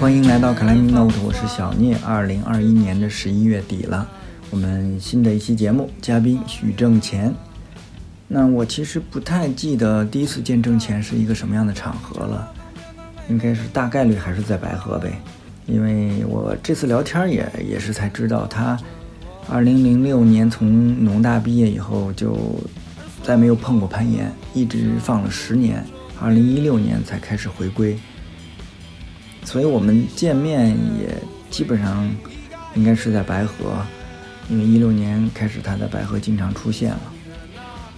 欢迎来到卡莱米 Note，我是小聂。二零二一年的十一月底了，我们新的一期节目，嘉宾许正乾。那我其实不太记得第一次见正乾是一个什么样的场合了，应该是大概率还是在白河呗，因为我这次聊天也也是才知道他，二零零六年从农大毕业以后就再没有碰过攀岩，一直放了十年，二零一六年才开始回归。所以我们见面也基本上应该是在白河，因为一六年开始他在白河经常出现了。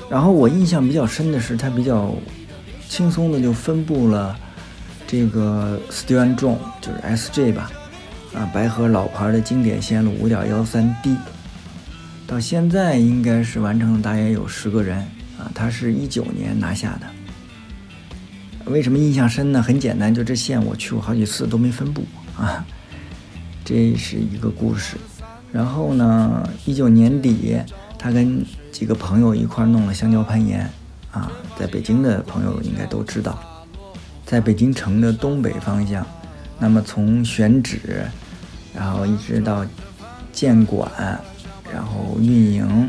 然后我印象比较深的是，他比较轻松的就分布了这个 Steven j o n 就是 SJ 吧，啊，白河老牌的经典线路五点幺三 D，到现在应该是完成了大约有十个人啊，他是一九年拿下的。为什么印象深呢？很简单，就这线我去过好几次都没分布啊，这是一个故事。然后呢，一九年底，他跟几个朋友一块弄了香蕉攀岩啊，在北京的朋友应该都知道，在北京城的东北方向，那么从选址，然后一直到建馆，然后运营、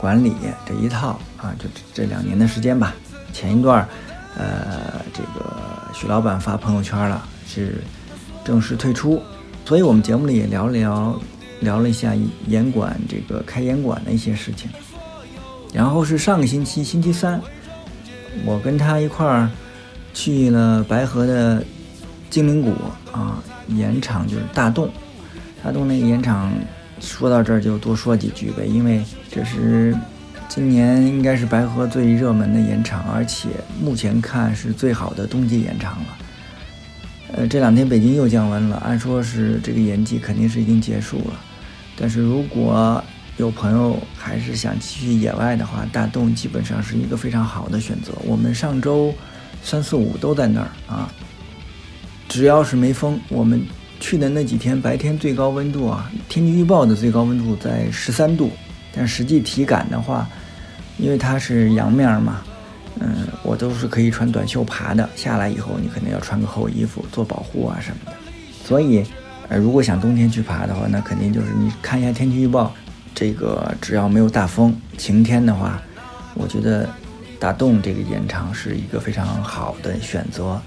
管理这一套啊，就这两年的时间吧。前一段儿。呃，这个许老板发朋友圈了，是正式退出，所以我们节目里也聊了聊，聊了一下严管这个开严管的一些事情。然后是上个星期星期三，我跟他一块儿去了白河的精灵谷啊，盐场就是大洞，大洞那个盐场，说到这儿就多说几句呗，因为这是。今年应该是白河最热门的盐场，而且目前看是最好的冬季盐场了。呃，这两天北京又降温了，按说是这个盐季肯定是已经结束了。但是如果有朋友还是想继续野外的话，大洞基本上是一个非常好的选择。我们上周三四五都在那儿啊，只要是没风，我们去的那几天白天最高温度啊，天气预报的最高温度在十三度，但实际体感的话，因为它是阳面嘛，嗯，我都是可以穿短袖爬的。下来以后，你可能要穿个厚衣服做保护啊什么的。所以，呃，如果想冬天去爬的话，那肯定就是你看一下天气预报，这个只要没有大风、晴天的话，我觉得打洞这个延长是一个非常好的选择。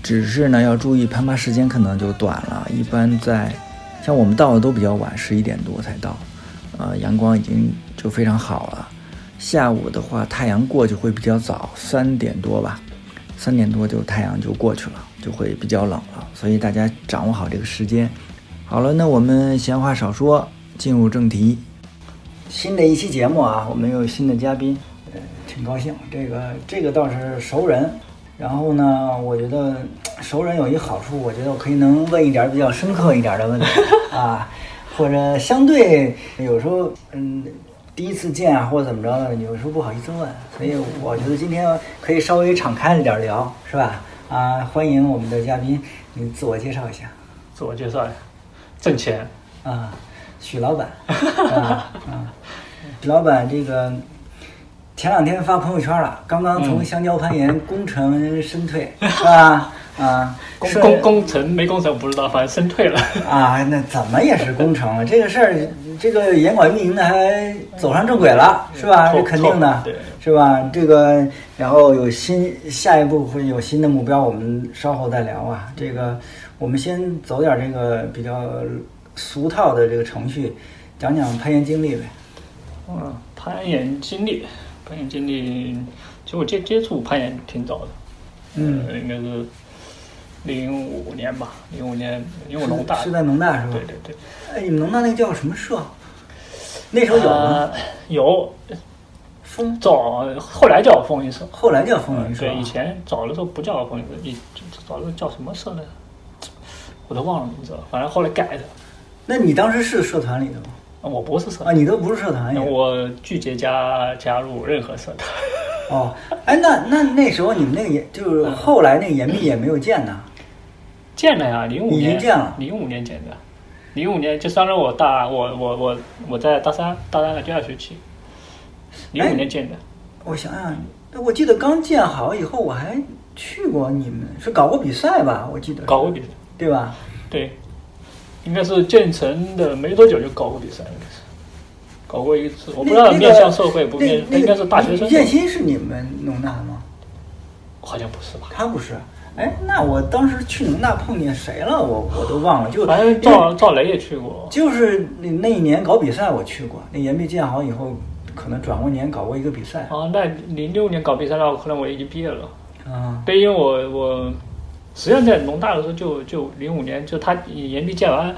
只是呢，要注意攀爬时间可能就短了，一般在像我们到的都比较晚，十一点多才到，呃，阳光已经就非常好了。下午的话，太阳过去会比较早，三点多吧，三点多就太阳就过去了，就会比较冷了，所以大家掌握好这个时间。好了，那我们闲话少说，进入正题。新的一期节目啊，我们又有新的嘉宾，呃，挺高兴。这个这个倒是熟人，然后呢，我觉得熟人有一好处，我觉得我可以能问一点比较深刻一点的问题啊，或者相对有时候嗯。第一次见啊，或者怎么着的，有时候不好意思问，所以我觉得今天可以稍微敞开了点聊，是吧？啊，欢迎我们的嘉宾，你自我介绍一下。自我介绍一下，挣钱。啊，许老板。啊，啊许老板，这个前两天发朋友圈了，刚刚从香蕉攀岩功成身退，是吧？啊，工顺工工程没工程我不知道，反正身退了。啊，那怎么也是工程了，啊这个事儿，这个严管运营的还走上正轨了，是吧？透这肯定的透对，是吧？这个，然后有新下一步会有新的目标，我们稍后再聊啊。这个，我们先走点这个比较俗套的这个程序，讲讲攀岩经历呗。嗯， 攀岩经历，攀岩经历，其实我接接触攀岩挺早的，嗯呃，应该是零五年吧，零五年，因为我农大，是在农大是吧？对对对，哎，你们农大那个叫什么社？那时候有吗？呃有风，早，后来叫风云社，后来叫风云嗯社。啊对，以前早的时候不叫风云社，以早的时候叫什么社呢？我都忘了名字了，反正后来改的。那你当时是社团里的吗？我不是社啊，你都不是社团里的。呃我拒绝加加入任何社团。哦，哎，那那那时候你们那个也就是后来那个岩壁也没有建呢，建了呀，零五已经年，建了零五年建的，零五年就相当于我大我我我我在大三大三的第二学期，零哎五年建的，我想想，我记得刚建好以后我还去过你们是搞过比赛吧？我记得是搞过比赛，对吧？对，应该是建成的没多久就搞过比赛，应该是搞过一次，我不知道那那个面向社会不面，那那应该是大学生于，建新是你们农大的吗？好像不是吧？他不是。哎，那我当时去农大碰见谁了？我我都忘了，就反正赵赵雷也去过，就是那那一年搞比赛，我去过。那延毕建好以后，可能转过年搞过一个比赛。啊，那零六年搞比赛那可能我已经毕业了。啊，对，因为我我实际上在农大的时候就就零五年，就他研毕建完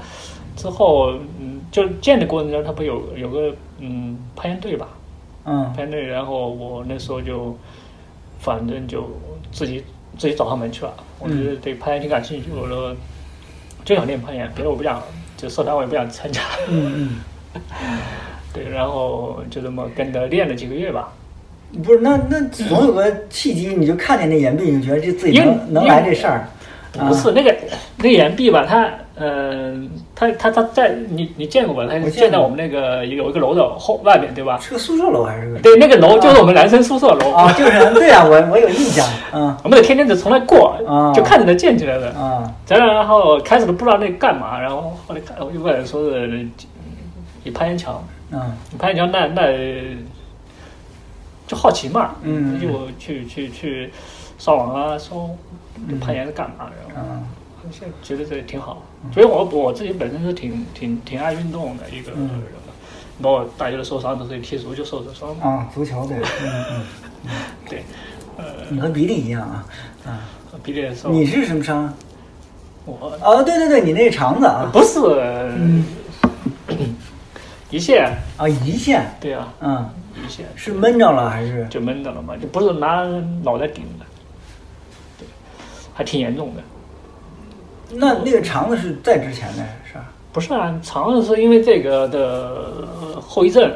之后，嗯，就建的过程中，他不有有个嗯攀岩队吧，嗯攀岩队，然后我那时候就反正就自己自己找上门去了，我觉得对攀岩挺感兴趣，我说就想练攀岩，别的我不想，就社团我也不想参加，嗯对，然后就这么跟着练了几个月吧，嗯，不是，那那总有个契机，你就看见那岩壁，你觉得这自己因为能能来这事儿。不啊是那个那个岩壁吧，它嗯、它它它在你你见过吧？它我见过建在我们那个有一个楼的后外面，对吧啊，？是个宿舍楼还是个？对，那个楼就是我们男生宿舍楼，啊，就是对啊，我我有印象。嗯我们得天天就从那过啊，就看着它建起来的。啊咱俩然后开始都不知道那干嘛，然后后来看我就问说是你攀岩墙，嗯你攀岩墙那那就好奇嘛，嗯就去去去上网啊搜嗯攀岩是干嘛，然后。嗯现在觉得这挺好，所以我我自己本身是挺挺挺爱运动的一个人嗯，包括大学的受伤都是踢足球受的伤嘛，啊，足球对，嗯嗯，对，呃，你和比利一样啊啊！比利的时候你是什么伤？我哦，对对对，你那个肠子啊不是、嗯一线，啊胰腺，对啊，嗯，一线是闷着了还是？就闷着了嘛，就不是拿脑袋顶的，对，还挺严重的。那那个肠子是在之前的事儿。不是啊，肠子是因为这个的后遗症，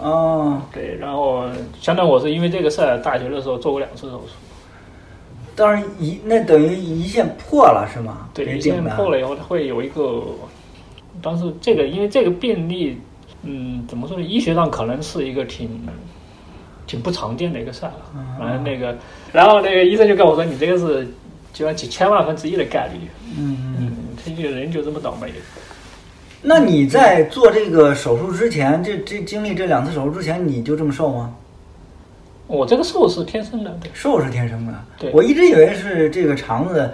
哦，对，然后相当于我是因为这个事儿，大学的时候做过两次手术。当然胰那等于胰腺破了是吗？对，给胰顶腺的破了以后，它会有一个，当时这个因为这个病例，嗯，怎么说呢？医学上可能是一个挺挺不常见的一个事儿啊嗯。反正那个，然后那个医生就跟我说，你这个是就像几千万分之一的概率，嗯嗯。嗯，他这个人就这么倒霉。那你在做这个手术之前，这这经历这两次手术之前，你就这么瘦吗？我这个瘦是天生的，对，瘦是天生的。对我一直以为是这个肠子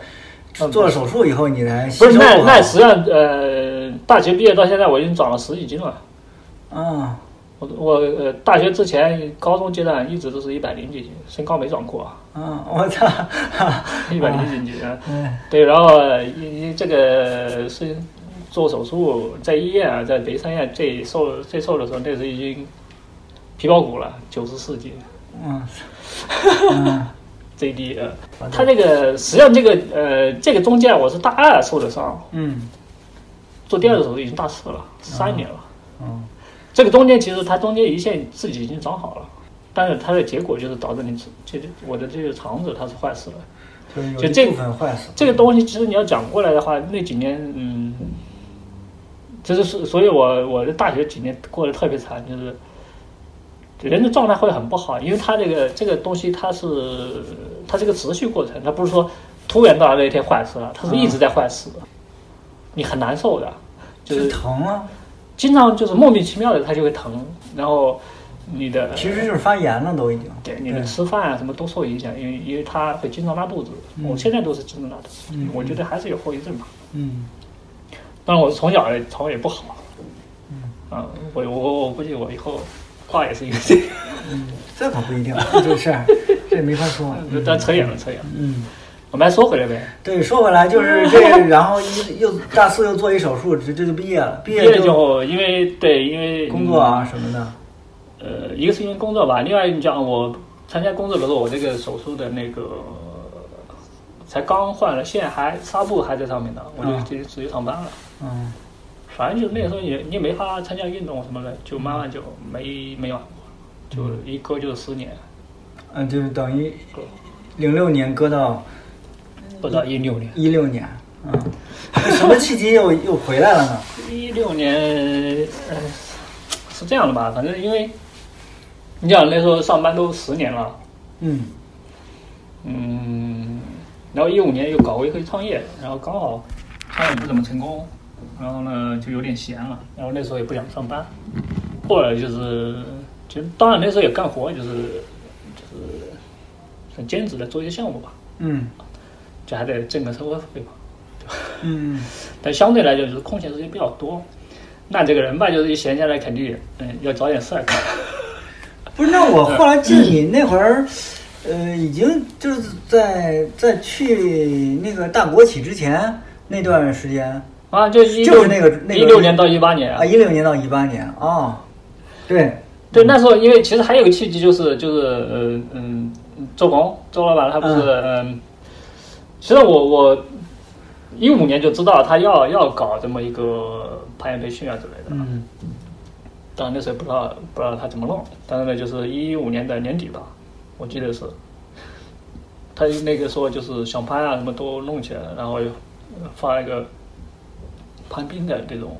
嗯做了手术以后你才吸不收是那好那实际上，呃，大学毕业到现在我已经长了十几斤了。啊我我呃，大学之前高中阶段一直都是一百零几斤，身高没长过啊，啊！我操， 一百零几斤啊。嗯对，然后呃一一这个是做手术，在医院啊，在北医三院最瘦最瘦的时候，那时候已经皮包骨了，九十四斤嗯嗯最低。呃，完蛋他这个实际上这个呃这个中间我是大二受的伤，嗯做第二个手术已经大四了，三年了。嗯这个中间其实它中间胰腺自己已经长好了，但是它的结果就是导致你这这我的这个肠子它是坏死了。就是有就一这部分坏死了。这个东西其实你要讲过来的话，那几年，嗯，就是所所以我我的大学几年过得特别惨，就是人的状态会很不好，因为他这个这个东西它是它是个持续过程，它不是说突然到了那一天坏死了，它是一直在坏死的，你很难受的，就就是是疼啊，经常就是莫名其妙的它就会疼，然后你的其实就是发炎了都已经。对你的吃饭啊什么都受影响，因为因为它会经常拉肚子，嗯我现在都是经常拉肚子，嗯我觉得还是有后遗症吧。嗯但是我从小也肠胃也不好，嗯啊，我我我估计我以后挂也是因为这个，嗯，这可不一定，这事儿这没法 说。但扯远了扯远了，嗯，我们还说回来呗，对，说回来就是这， 然后一又大四又做一手术，这这就毕业了，毕毕业业了之后，因为对因为工作，啊什么的。呃，一个是因为工作吧，另外你讲我参加工作的时候，我这个手术的那个。才刚换了线，还纱布还在上面呢，我就啊直接直接上班了。嗯反正就那个时候也你也没法参加运动什么的，就慢慢就没没玩过，就一搁就是十年，嗯，就是等于零六年搁到不到一六年。一六年，嗯，什么契机又又回来了呢？一六年，呃，是这样的吧？反正因为你想那时候上班都十年了，嗯嗯，然后一五年又搞过一个创业，然后刚好他也不怎么成功，然后呢就有点闲了，然后那时候也不想上班，后来就是，其实当然那时候也干活，就是就是很兼职的做一些项目吧，嗯就还得挣个生活费嘛。嗯但相对来讲就是空闲时间比较多，那这个人吧，就是一闲下来肯定也嗯要找点事儿干。不是，那我后来记得你那会儿，呃，已经就是在在去那个大国企之前那段时间啊，就一就六是那个那个一六年到一八年啊，一六年到一八年哦，对，对，那时候因为其实还有个契机，就是就是呃嗯，周鹏周老板他不是嗯、其实我我一五年就知道他要要搞这么一个攀岩培训啊之类的，嗯当然那时候也不知道不知道他怎么弄，但是呢，就是一五年的年底吧，我记得是，他那个时候就是想攀啊什么都弄起来了，然后又呃发了一个攀冰的这种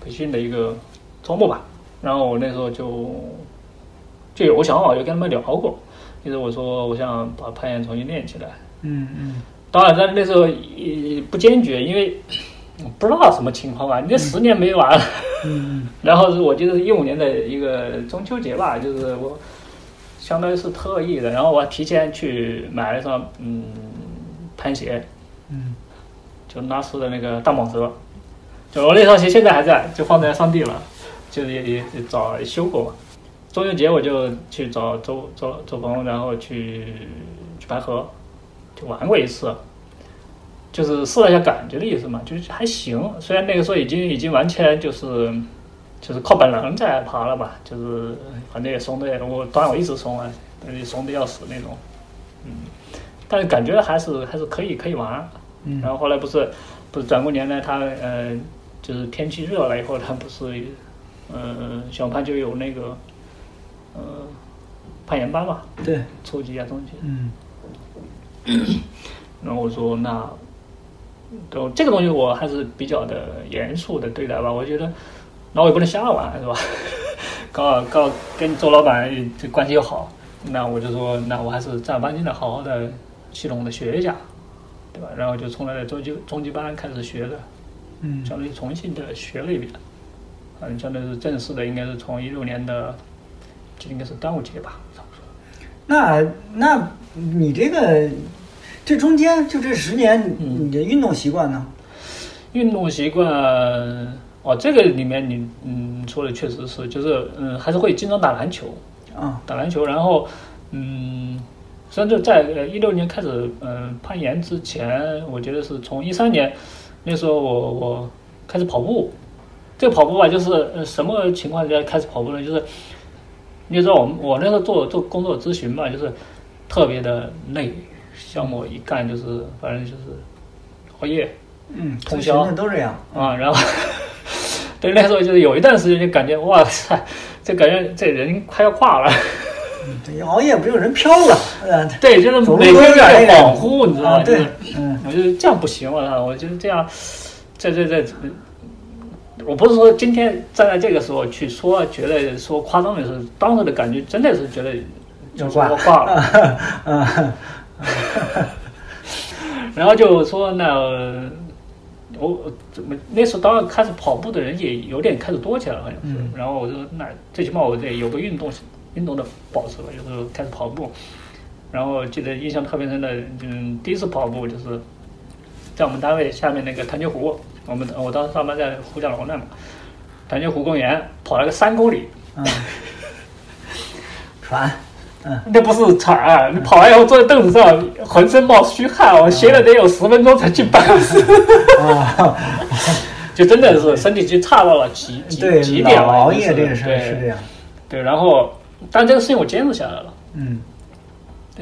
培训的一个招募吧，然后我那时候就就有我想法，有跟他们聊过，就是我说我想把攀岩重新练起来，嗯嗯当然，但那时候也不坚决，因为嗯不知道什么情况吧，你这十年没玩了。嗯然后是我记得是一五年的一个中秋节吧，就是我相当于是特意的，然后我还提前去买了一双嗯攀鞋，嗯就拉斯的那个大蟒蛇，就我那双鞋现在还在，就放在上帝了，就是也也也找修过嘛。中秋节我就去找周周周鹏，然后去去白河，就玩过一次，就是试了一下感觉的意思嘛，就是还行。虽然那个时候已经已经完全就是就是靠本能在爬了吧，就是反正也松的，我当然我一直松啊，但是松的要死那种，嗯，但是感觉还是还是可以可以玩。嗯然后后来不是不是转过年来他呃就是天气热了以后，他不是呃小潘就有那个呃攀岩班嘛，对，收集一下东西。嗯然后我说那，都这个东西我还是比较的严肃的对待吧，我觉得，那我也不能瞎玩是吧？ 刚好刚好跟周老板这关系又好，那我就说那我还是正儿八经的好好的系统的学一下，对吧？然后就从那个中级中级班开始学的，嗯相当于重新的学了一遍，嗯，相当于是正式的，应该是从一六年的，就应该是端午节吧，差不多。那那你这个这中间就这十年，嗯你的运动习惯呢？运动习惯，哦，这个里面你嗯说的确实是，就是嗯还是会经常打篮球，啊，打篮球，然后嗯，虽然就在呃一六年开始嗯攀岩之前，我觉得是从一三年那时候我我开始跑步，这个跑步吧就是呃什么情况下开始跑步呢？就是你知道我们我那时候做做工作咨询嘛，就是特别的累，项目一干就是反正就是熬夜。嗯，通咨询宵的都这样。啊，然后 对那时候就是有一段时间就感觉哇塞，这感觉这人快要挂了。嗯对，熬夜不就人飘了？呃，对，就是走路每都个是有这点样恍惚，你知道啊吗？就对是，嗯我觉得这样不行，我操！我觉得这样，这这这，我不是说今天站在这个时候去说，觉得说夸张的时候，当时的感觉真的是觉得要就是挂要 挂了。啊，然后就说那呃我我怎么那时候当然开始跑步的人也有点开始多起来了，好像是。嗯然后我就说那最起码我得有个运动运动的保持吧，就是开始跑步。然后记得印象特别深的，嗯，第一次跑步就是在我们单位下面那个团结湖，我们我当时上班在呼家楼那嘛，团结湖公园跑了个三公里，嗯，船，嗯，那不是喘啊！你跑完以后坐在凳子上，浑身冒虚汗，我歇了得有十分钟才去办公室。 啊，就真的是身体就差到了极极对，极点老了。熬已经夜这个事儿对是这样。对，然后但这个事情我坚持下来了，嗯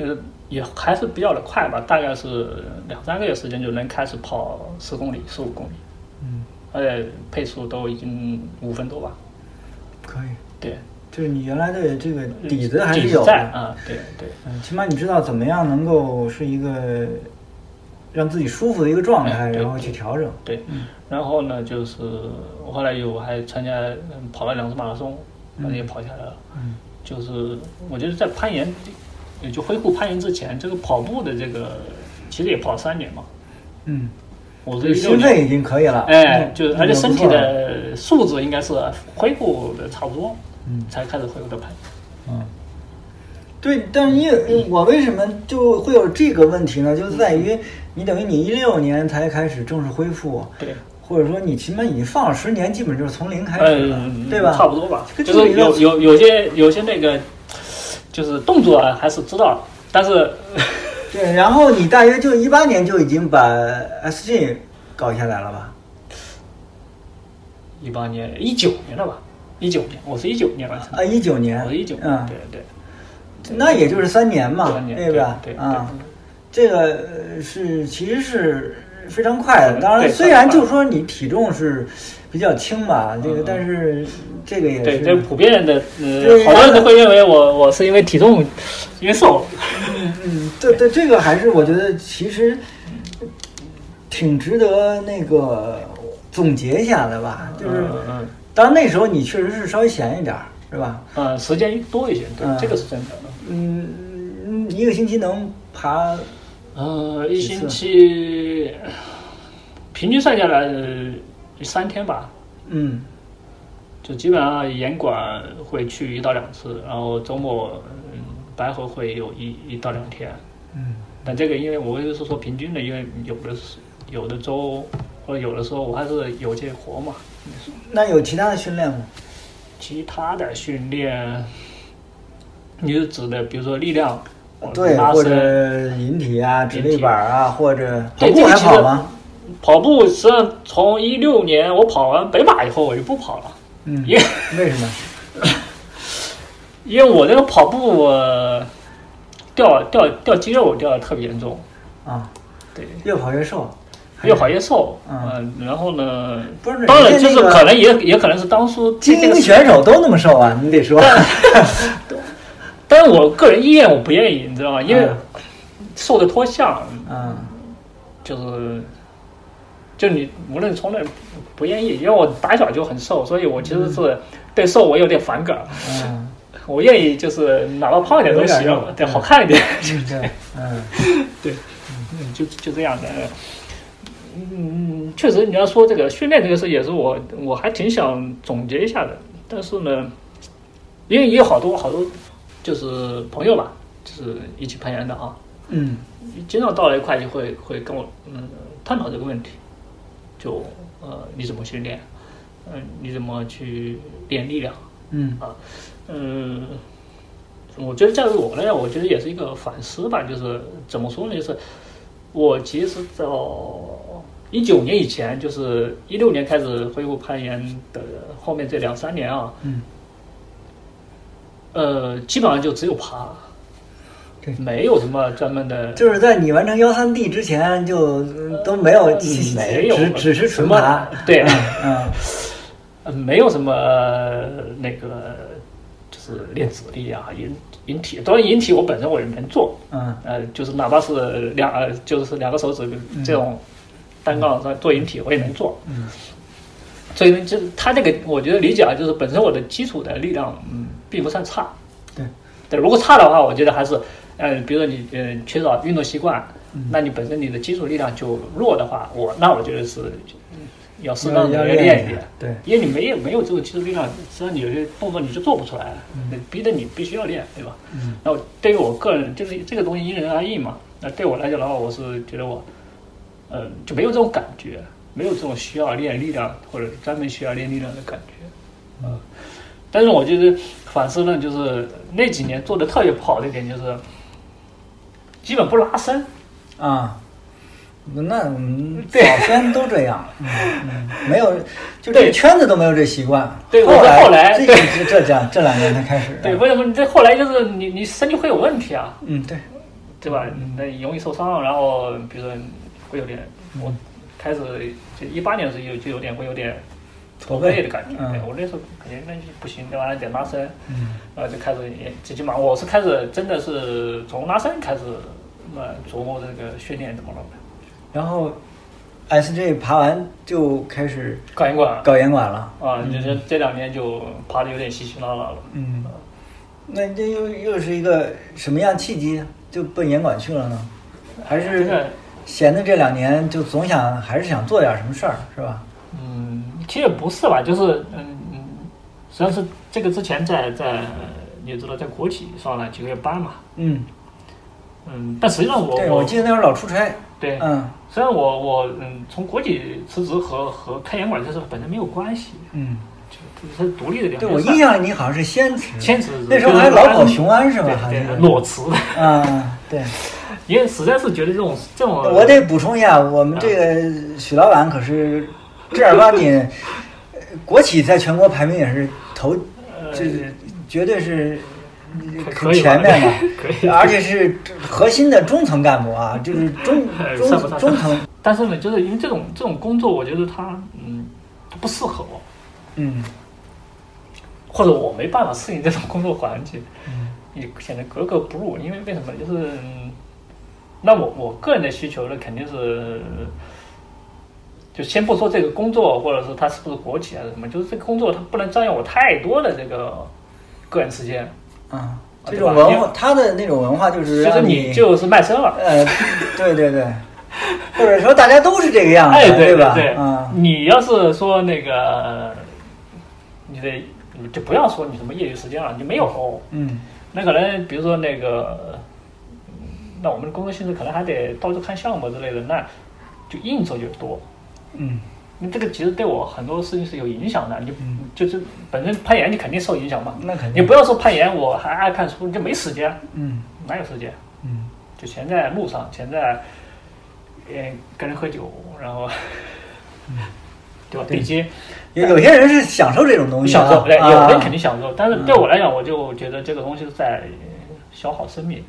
呃，也还是比较的快吧，大概是两三个月时间就能开始跑十公里、十五公里，嗯，而且配速都已经五分多吧。可以，对，就是你原来的这个底子还是呃底有子在的。啊，对对。嗯，起码你知道怎么样能够是一个让自己舒服的一个状态，哎对然后去调整。对，嗯然后呢，就是我后来有还参加嗯跑了两次马拉松，反正也跑下来了。嗯就是我觉得在攀岩，也就恢复攀岩之前，这个跑步的这个其实也跑了三年嘛。嗯我是一六心年，肺已经可以了，哎嗯，就是已而且经身不体错了，的素质应该是恢复的差不多，嗯才开始恢复的拍。嗯，对，但是因为嗯我为什么就会有这个问题呢？就在于你等于你一六年才开始正式恢复，对，或者说你起码已经放了十年，基本就是从零开始了，嗯，对吧？差不多吧，这就个是一个有有有些有些那个，就是动作啊还是知道，但是对，然后你大约就一八年就已经把 SG 搞下来了吧？一八年一九年了吧，一九年我是一九年完成的，啊，一九年，我是哦一九，嗯，对对，那也就是三年嘛，三年对吧？对对啊对，这个呃是其实是非常快的。嗯当然，对虽然非常快就说你体重是比较轻吧，这个嗯但是这个也对，是这普遍的，对呃，好多人都会认为我我是因为体重，因为瘦了，嗯，对对，这个还是我觉得其实挺值得那个总结一下的吧。 就是嗯嗯当然那时候你确实是稍微闲一点儿，是吧？嗯，时间多一些，对嗯，这个是真的。嗯，一个星期能爬呃，一几次星期平均算下来呃三天吧，嗯就基本上严管会去一到两次，然后周末嗯白河会有一一到两天。嗯但这个因为我就是说平均的，因为有的时有的周或者有的时候我还是有些活嘛。那有其他的训练吗？其他的训练，你是指的比如说力量，啊呃对，拉或伸者引体啊、直立板啊，或者跑对步这个还其实跑吗？跑步实际上从一六年我跑完北马以后我就不跑 了，嗯，因为为什么？因为我这个跑步我掉掉掉肌肉掉的特别严重，啊，对，越跑越瘦，越跑越瘦，嗯嗯，然后呢，不是当然就人是家那个可能也也可能是当初这精这英个事，选手都那么瘦啊？你得说，但是我个人意愿我不愿意，你知道吗？因为嗯瘦的脱相，嗯就是就你无论从哪不愿意，因为我打小就很瘦，所以我其实是对瘦我有点反感，嗯，我愿意就是哪怕胖一点都行有点肉，对，嗯好看一点。 对，嗯嗯，就就这样的。嗯，确实，你要说这个训练这个事，也是我我还挺想总结一下的。但是呢，因为也有好多好多就是朋友吧，就是一起攀岩的啊，嗯经常到了一块就会会跟我嗯探讨这个问题，就呃你怎么训练，嗯、你怎么去练力量，嗯啊，嗯，我觉得在于我来讲，我觉得也是一个反思吧，就是怎么说呢，就是我其实到一九年以前，就是一六年开始恢复攀岩的后面这两三年啊，嗯，呃，基本上就只有爬对，没有什么专门的，就是在你完成幺三 D 之前就嗯都没有，嗯只没有只只是什纯么爬， 对嗯嗯呃没有什么、呃那个就是练指力啊，引引体，当然引体我本身我也能做，嗯呃，就是哪怕是两呃，就是两个手指这种单杠上做引体，我也能做。嗯所以呢，就是他这个，我觉得理解啊，就是本身我的基础的力量，嗯，并不算差。对，对，如果差的话，我觉得还是，呃，比如说你呃缺少运动习惯，嗯那你本身你的基础力量就弱的话，我那我觉得是嗯要适当要的要练练一下一点。对因为你没有没有这种基础力量，实际上有些动作你就做不出来，逼得你必须要练，对吧？嗯那我对于我个人，就是这个东西因人而异嘛。那对我来讲的话，我是觉得我，嗯、就没有这种感觉，没有这种需要练力量或者专门需要练力量的感觉，啊、但是我就是反思呢，就是那几年做的特别不好的一点就是，基本不拉伸，啊。那我们早对先都这样，嗯嗯，没有，就这对圈子都没有这习惯。对我后是来后来这对这这这这两年才开始的。 对，为什么你这后来就是你你身体会有问题啊？嗯，对，对吧？那容易受伤，然后比如说会有点，我开始就一八年的时候有就有点会有点驼驼背背的感觉，嗯对我那时候感觉那就不行，对吧？得拉伸，嗯然后就开始也最起码我是开始真的是从拉伸开始，呃，琢磨这个训练怎么了，然后 SJ 爬完就开始管一管搞严管了。啊，就是这两年就爬的有点稀稀拉拉了。嗯，那这又又是一个什么样契机就奔严管去了呢？还这是个闲的这两年就总想还是想做点什么事儿，是吧？嗯，其实也不是吧，就是嗯嗯，实际上是这个之前在在你也知道在国企上了几个月班嘛，嗯，嗯，但实际上我对，我记得那会儿老出差，对，嗯虽然我我嗯从国企辞职和和开严管这事本身没有关系，嗯，就是它是独立的两对件我事。印象里你好像是先辞，先辞职那时候就是还老安搞雄安是吧？好对像是对，裸辞，啊，对。因为实在是觉得这种这种，我得补充一下，我们这啊个许老板可是正儿八经，呃国企在全国排名也是头，呃就是绝对是可以吧前面的， 可以而且是核心的中层干部啊，就是中哎中算不算中层， 但是呢，就是因为这种这种工作，我觉得它嗯它不适合我，嗯或者我没办法适应这种工作环境，嗯也显得格格不入。因为为什么？就是嗯那我我个人的需求呢，肯定是就先不说这个工作，或者是它是不是国企还啊是什么，就是这个工作它不能占用我太多的这个个人时间。啊，啊这对种吧文因化为，他的那种文化就是就是让你就是卖身了，呃，对对对，或者说大家都是这个样子，哎，对吧？对，啊，你要是说那个你的，你就不要说你什么业余时间了，你没有，嗯那可能比如说那个，嗯那我们的工作性质可能还得到处看项目之类的，那就应酬就多。嗯那这个其实对我很多事情是有影响的，你嗯就是本身攀岩你肯定受影响嘛。那肯定你不要说攀岩，我还爱看书，你就没时间，嗯哪有时间？嗯就全在路上，全在，嗯，跟人喝酒，然后， 对吧？对对接，有有些人是享受这种东西啊，享受，对，啊哎嗯有人肯定享受，但是对我来讲，我就觉得这个东西是在消耗生命，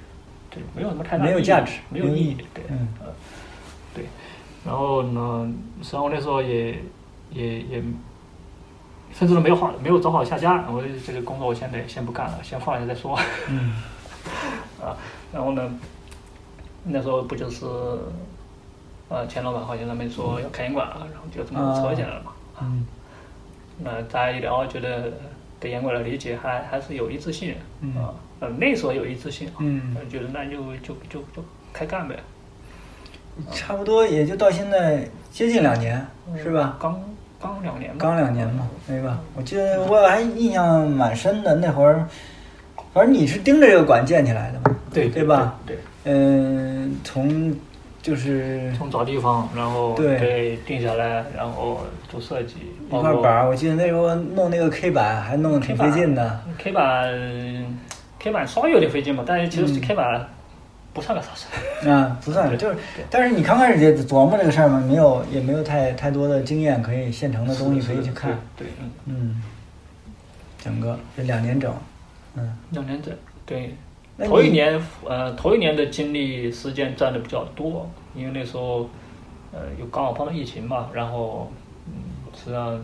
对，没有什么太大没有意义价值没有没有意意义义，对，嗯呃，对。然后呢，实际上我那时候也也也，甚至都没有好没有找好下家，我就这个工作我先得先不干了，先放下再说。嗯 啊，然后呢，那时候不就是，呃，钱老板好像他们说要开烟馆啊，然后就这么扯起来了嘛。嗯那呃大家一聊，觉得对烟馆的理解还还是有一致性嗯啊。呃，那时候有一致性啊，嗯，呃觉得那就就就就开干呗，差不多也就到现在接近两年，嗯是吧？刚刚两年吧，刚两年嘛，对吧？我记得我还印象蛮深的，那会儿，反正你是盯着这个馆建起来的嘛，对对吧？对，嗯、从就是对从找地方，然后对对定下来，然后做设计，一包块括板儿，我记得那时候弄那个 K 板还弄得挺费劲的，哦 K 版，K 版稍微有点费劲嘛，但是其实是嗯 K 版不算个啥事儿。啊，不算，对就是对，但是你刚开始就琢磨这个事儿嘛，没有也没有太太多的经验可以现成的东西可以去看，对，对嗯，嗯，整个这两年整，嗯，两年整，对。那头一你年，呃，头一年的精力时间占的比较多，因为那时候，呃，又刚好碰到疫情嘛，然后，嗯，实际上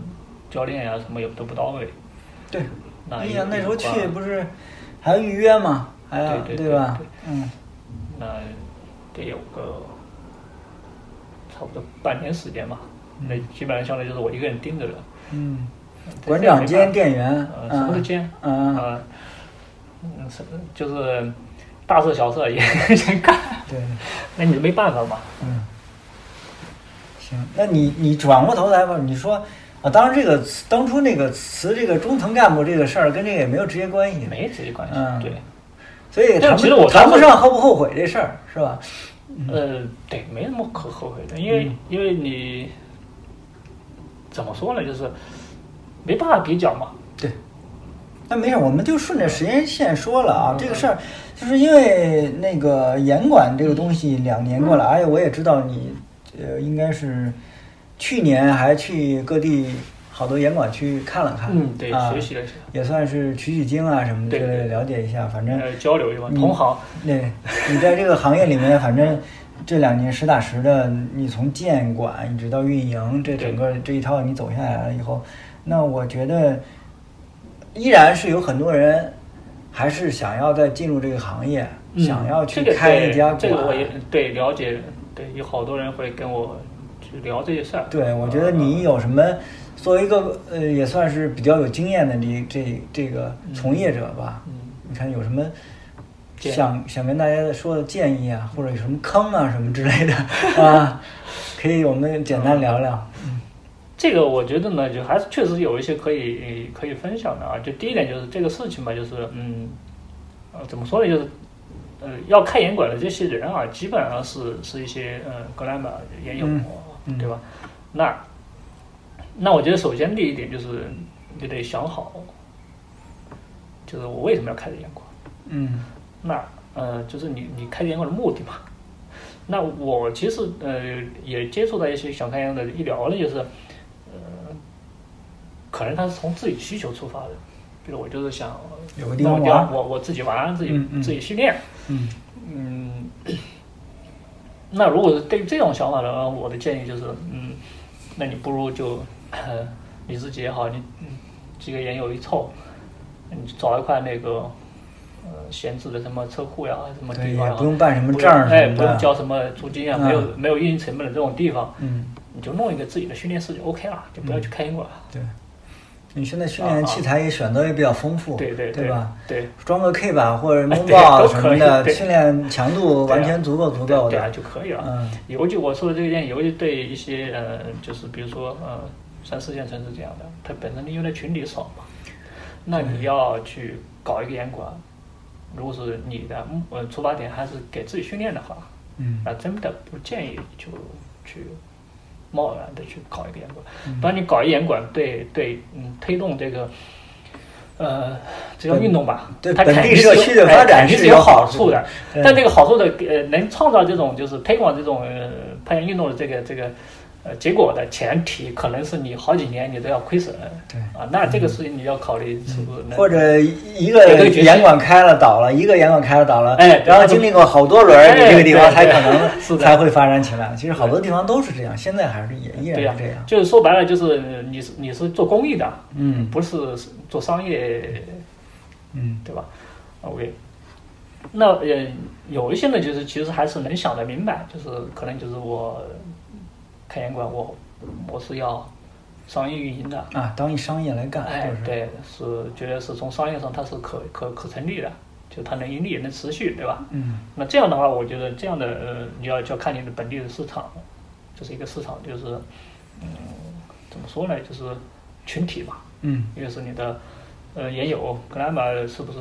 教练呀、什么也都不到位。对，那哎一呀，那时候去一不是还要预约嘛，还要对对吧对？嗯，那得有个差不多半年时间嘛，那基本上相当于就是我一个人盯着了。嗯，这馆这也没长兼办店员，啊呃什么都兼啊，啊，嗯，什么就是大事小事也 先干，对，那你没办法嘛。嗯，行，那你你转过头来吧，你说。啊，当然，这个辞当初那个辞这个中层干部这个事儿，跟这个也没有直接关系，没直接关系，嗯对，所以但谈不其实我谈不当时上后不后悔这事儿，是吧？呃，对，没什么可后悔的，因为、嗯因为你怎么说呢，就是没办法比较嘛，对，那没事，我们就顺着时间线说了啊。嗯这个事儿，就是因为那个严管这个东西两年过嗯来，哎呀，我也知道你，呃，应该是去年还去各地好多严管去看了看，嗯，对，啊学习了一下，也算是取取经啊什么之对类的，对了解一下。反正呃，交流一下，嗯你同行，对，你在这个行业里面，反正这两年实打实的，你从建管一直到运营，这整个这一套你走下来了以后，那我觉得依然是有很多人还是想要再进入这个行业，嗯想要去这个开对一家馆。这个我也对了解，对，有好多人会跟我去聊这些事儿，嗯对，我觉得你有什么作为一个呃，也算是比较有经验的这这这个从业者吧，嗯你看有什么建议想想跟大家说的建议啊，或者有什么坑啊什么之类的 啊，可以我们简单聊聊。这个我觉得呢，就还是确实有一些可以可以分享的啊。就第一点就是这个事情吧，就是嗯，呃，怎么说呢，就是呃，要开严管的这些人啊，基本上是是一些呃格莱美研友，嗯嗯对吧？那那我觉得首先第一点就是你得想好，就是我为什么要开这严管。嗯那呃，就是你你开店馆的目的嘛。那我其实呃也接触到一些想开店的医疗呢，就是呃，可能他是从自己需求出发的，比如我就是想有个地那方我玩我我自己玩，自己、嗯嗯自己训练，嗯嗯。 那如果是对于这种想法的话，我的建议就是，嗯，那你不如就， 呃，你自己也好，你嗯几个研友一凑，你找一块那个，呃，闲置的什么车库呀，什么对，地方也呀，不用办什么不证儿哎，什么不用的。交什么租金啊，嗯没有没有运营成本的这种地方，嗯，你就弄一个自己的训练室就 OK 了，就不要去开宾馆了。对。你现在训练器材也选择也比较丰富，啊对对对吧？？对哎装个 K 板或者对 Moonball 都什可么以的，对训练强度完全足够足够对啊，的。就可以了。嗯尤其我说的这个建议，尤其对一些呃，就是比如说呃，三四线城市这样的，它本身因为它群体少嘛，那你要去搞一个严管，如果是你的目呃出发点还是给自己训练的话，嗯那真的不建议就去贸然的去搞一个严嗯管。当然，你搞一严管对对嗯推动这个。呃，这叫本运动吧，对它本肯地定是社有区的哎发展肯定是是有好好处处的，对但这个好处的呃，能创造这种就是推广这种呃攀岩运动的这个这个呃结果的前提，可能是你好几年你都要亏损对。嗯啊，那这个事情你要考虑是不是能或者一个也可以决心严管开了倒了，一个严管开了倒了，哎对然后经历过好多轮儿，哎你这个地方才对可对能是的才会发展起来。其实好多地方都是这样，现在还是也依对然呀、是这样。就是说白了，就是呃你是你是做公益的，嗯不是是做商业，嗯对吧？OK，那呃有一些呢，就是其实还是能想得明白，就是可能就是我开严馆，我我是要商业运营的，啊，当一商业来干，哎就，是对，是觉得是从商业上它是可可可成立的，就它能盈利也能持续，对吧？嗯那这样的话，我觉得这样的呃，你要就要看你的本地的市场，就是一个市场，就是嗯，怎么说呢，就是群体嘛，嗯一个是你的呃也有 g l a m r 是不是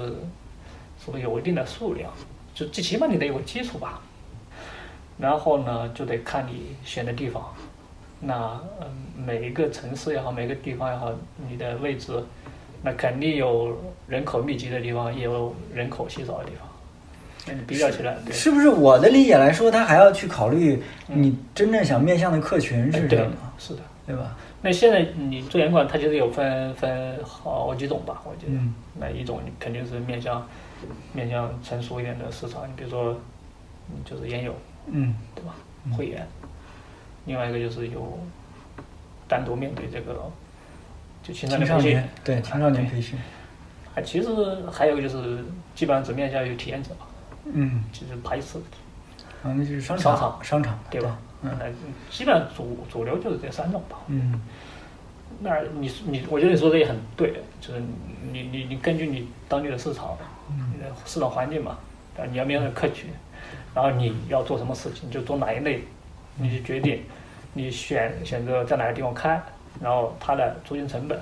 是不是有一定的数量，就最起码你得有个基础吧。然后呢，就得看你选的地方。那嗯，每一个城市也好，每个地方也好，你的位置，那肯定有人口密集的地方，也有人口稀少的地方。那你比较起来，对是不是我的理解来说，他还要去考虑你真正想面向的客群是什嗯对么，，是的。对吧？那现在你做严管，它其实有分分好几种吧，我觉得。嗯那一种你肯定是面向面向成熟一点的市场，你比如说嗯就是烟友，嗯对吧嗯？会员。另外一个就是有单独面对这个就青少青年少培训年，对青少年培训，啊，其实还有一个就是基本上只面向于体验者，嗯，就是排斥，然后那就是商商场商场的对吧？对嗯那基本上主主流就是这三种吧。嗯那你你，我觉得你说的也很对，就是你你你根据你当地的市场，嗯你的市场环境嘛，啊，你要面对客群，然后你要做什么事情，你就做哪一类，你去决定，你选选择在哪个地方开，然后它的租金成本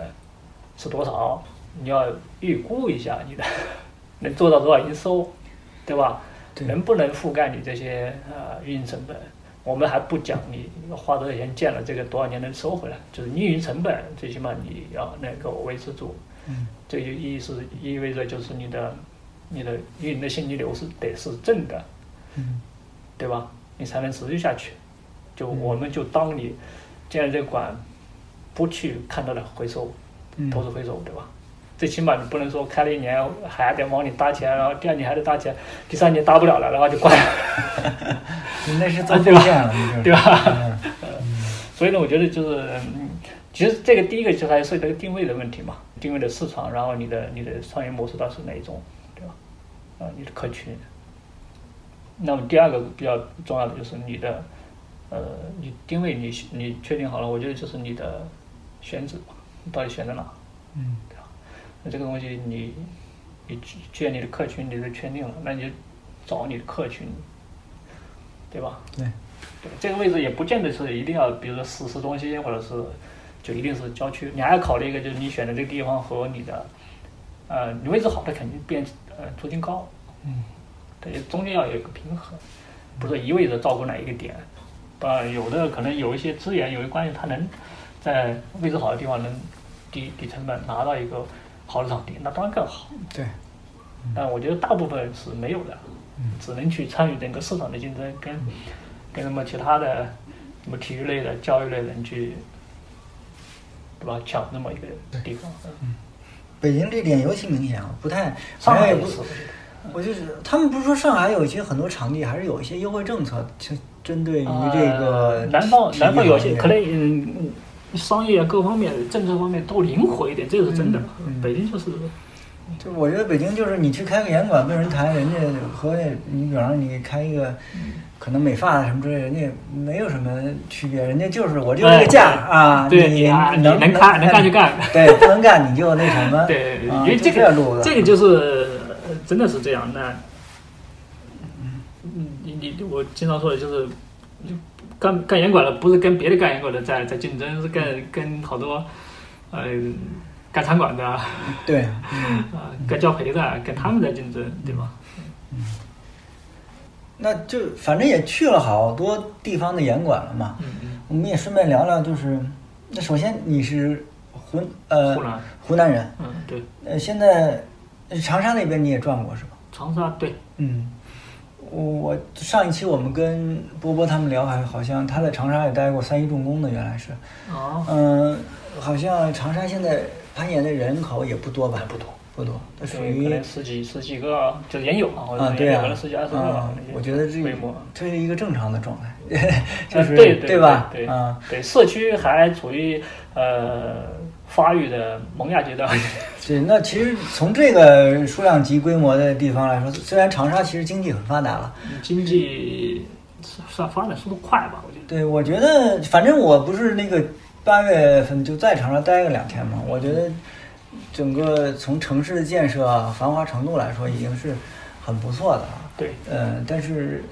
是多少，你要预估一下你的 能做到多少营收，对吧？对能不能覆盖你这些呃运营成本？我们还不讲你花多少钱建了这个，多少年能收回来，就是你运营成本，最起码你要能够维持住。嗯这就意思意味着就是你的你的运营的现金流是得是正的，嗯对吧？你才能持续下去。就我们就当你建了这个馆，不去看它的回收，嗯，投资回收，对吧？最起码你不能说开了一年还得往里搭钱，然后第二年还得搭钱，第三年搭不了了，然后就关了。你那是做贡献了，你这是啊对吧？所以呢，我觉得就是，嗯，其实这个第一个就还是一个定位的问题嘛，定位的市场，然后你的你的商业模式到底是哪一种，对吧？啊，你的客群。那么第二个比较重要的就是你的，呃，你定位你你确定好了，我觉得就是你的选址嘛，你到底选在哪？嗯那这个东西你你建你的客群你就确定了，那你就找你的客群，对吧？嗯对，对，这个位置也不见得是一定要，比如说市市中心，或者是就一定是郊区。你还要考虑一个，就是你选的这个地方和你的，呃，你位置好，它肯定变呃租金高。嗯，对，中间要有一个平衡，不是一味的照顾哪一个点。呃，有的可能有一些资源，有一些关系，它能在位置好的地方能低低成本拿到一个好的场地，那当然更好。对，但我觉得大部分是没有的，嗯只能去参与整个市场的竞争，跟跟什么其他的什么体育类的、教育类的人去，对吧？抢那么一个地方。嗯北京这点尤其明显啊，不太上海也也不是，我觉我就得是他们不是说上海有一些很多场地还是有一些优惠政策，就针对于这个呃体、南方体育南方有行些业可能嗯嗯商业各方面、政策方面都灵活一点，这个是真的。嗯嗯北京就是就我觉得北京就是你去开个演馆跟人谈，人家和你比方说你开一个嗯可能美发啊什么之类的，人家没有什么区别，人家就是我就这个价哎啊，对你啊你能能干能干就干，对，不能干你就那什么， 对，啊因为就这这个路子，这个就是呃真的是这样。那，嗯，你你我经常说的就是，就干干严管的不是跟别的干严管的在在竞争，是跟跟好多，呃，干餐馆的啊、对，嗯 嗯干教培的，跟他们在竞争，对吧？那就反正也去了好多地方的演馆了嘛，嗯嗯，我们也顺便聊聊，就是那首先你是湖呃湖南，湖南人，嗯对，呃，现在长沙那边你也转过是吧？长沙对，嗯，我我上一期我们跟波波他们聊，还好像他在长沙也待过三一重工的，原来是，哦，嗯、好像长沙现在攀岩的人口也不多吧还？不多，不多，它属对，可于能十几十几个啊，就是也有啊，我啊，觉得对也有啊可能十几二，十个啊啊，，那我些觉得这规模。这是一个正常的状 态，就呃是对吧？对啊，对，社区还处于呃发育的萌芽 阶段。对，那其实从这个数量级规模的地方来说，虽然长沙其实经济很发达了，经济算发展速度快吧，我觉得。对，我觉得反正我不是那个八月份就在长沙待个两天嘛，我觉得整个从城市的建设啊、繁华程度来说，已经是很不错的了。对，呃，但是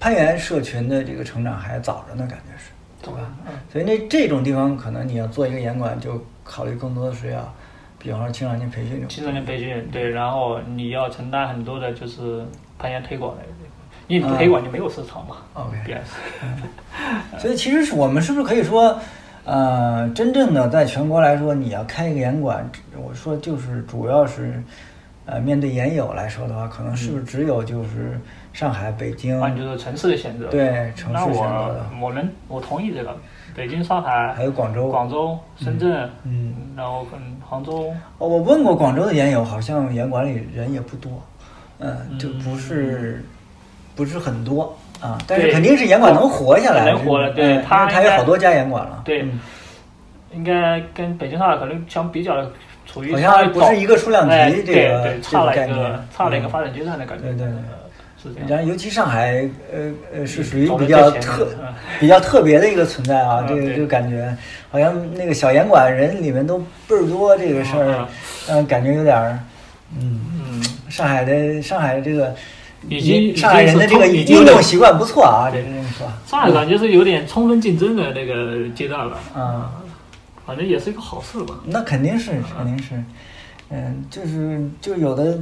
攀岩社群的这个成长还早着呢，感觉是，对吧？嗯，所以那这种地方，可能你要做一个严管，就考虑更多的是要，比方说青少年培训这种。青少年培训对，然后你要承担很多的就是攀岩推广的，因为嗯你不推广就没有市场嘛。啊必 OK，然是 所以其实是我们是不是可以说，呃，真正的在全国来说，你要开一个严管，我说就是主要是，呃，面对研友来说的话，可能是不是只有就是上海、北京，嗯啊，你就是城市的选择。，对城那市选我择的，我能我同意这个，北京、上海、还有广州，广州、深圳，嗯，然后可能杭州，哦我问过广州的研友，好像严管里人也不多，嗯，就不是不是很多啊，但是对肯定是严管能活下来，能活了是吧对嗯他因为他应有该好多家严管了，对嗯应该跟北京、上海可能相比较的，处于好稍微像不早是一个数量哎，级对这个对，这差个了概一念个，差了一个嗯发展阶段的感觉。对对对呃是这样。然后，尤其上海，呃呃，是属于嗯走得比较最前特面嗯、比较特别的一个存在啊。嗯这个对就感觉好像那个小严管人里面都倍儿多，这个事嗯儿嗯，嗯，感觉有点儿，嗯，嗯，上海的上海这个，已经已经上海人的这个是通已经有运动习惯不错啊，这对这么说，上海感觉是有点充分竞争的那个阶段了，啊，反正也是一个好事吧。那肯定是肯定是，嗯，就是就有的。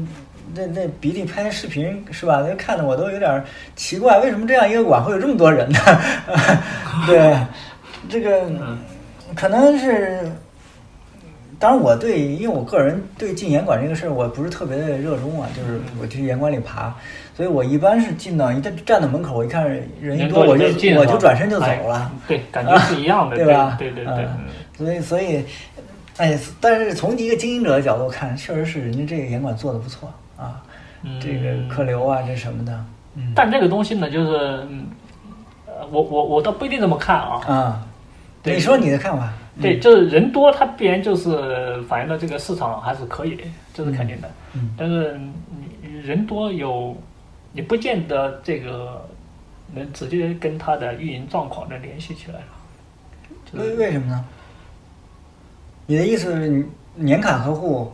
那那比利拍视频是吧？就看得我都有点儿奇怪，为什么这样一个馆会有这么多人呢？ 对，这个嗯，可能是，当然我对，因为我个人对进严管这个事儿，我不是特别的热衷啊，就是嗯我去严管里爬，所以我一般是进到一站站到门口，我一看人一人多，我就也进了我就转身就走了啊啊哎，对，感觉是一样的，对吧？对对对对嗯，所以所以，哎，但是从一个经营者的角度看，确实是人家这个严管做的不错啊，嗯这个客流啊，这什么的，嗯但这个东西呢，就是，嗯呃我我我倒不一定这么看啊。啊，对你说你的看法？对，就是人多，它必然就是反映到这个市场还是可以，这是肯定的。嗯但是你人多有，你不见得这个能直接跟它的运营状况能联系起来了。就为是为什么呢？你的意思是你年卡客户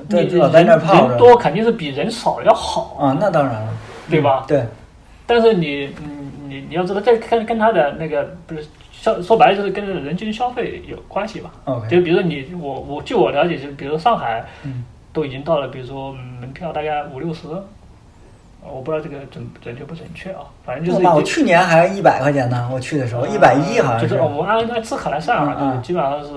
你对老在那儿人泡着人多肯定是比人少要好，啊，那当然了，对吧？对，但是你嗯你你要知道，这跟跟他的那个不是消说白了就是跟人均消费有关系吧？ OK，就比如说你我我据我了解，就是比如说上海嗯，都已经到了，比如说嗯门票大概五六十，呃我不知道这个准准确不准确啊，反正就是我已妈，我经去年还一百块钱呢，我去的时候呃一百一好像就是是，我们按按次卡来算啊，嗯嗯就是基本上是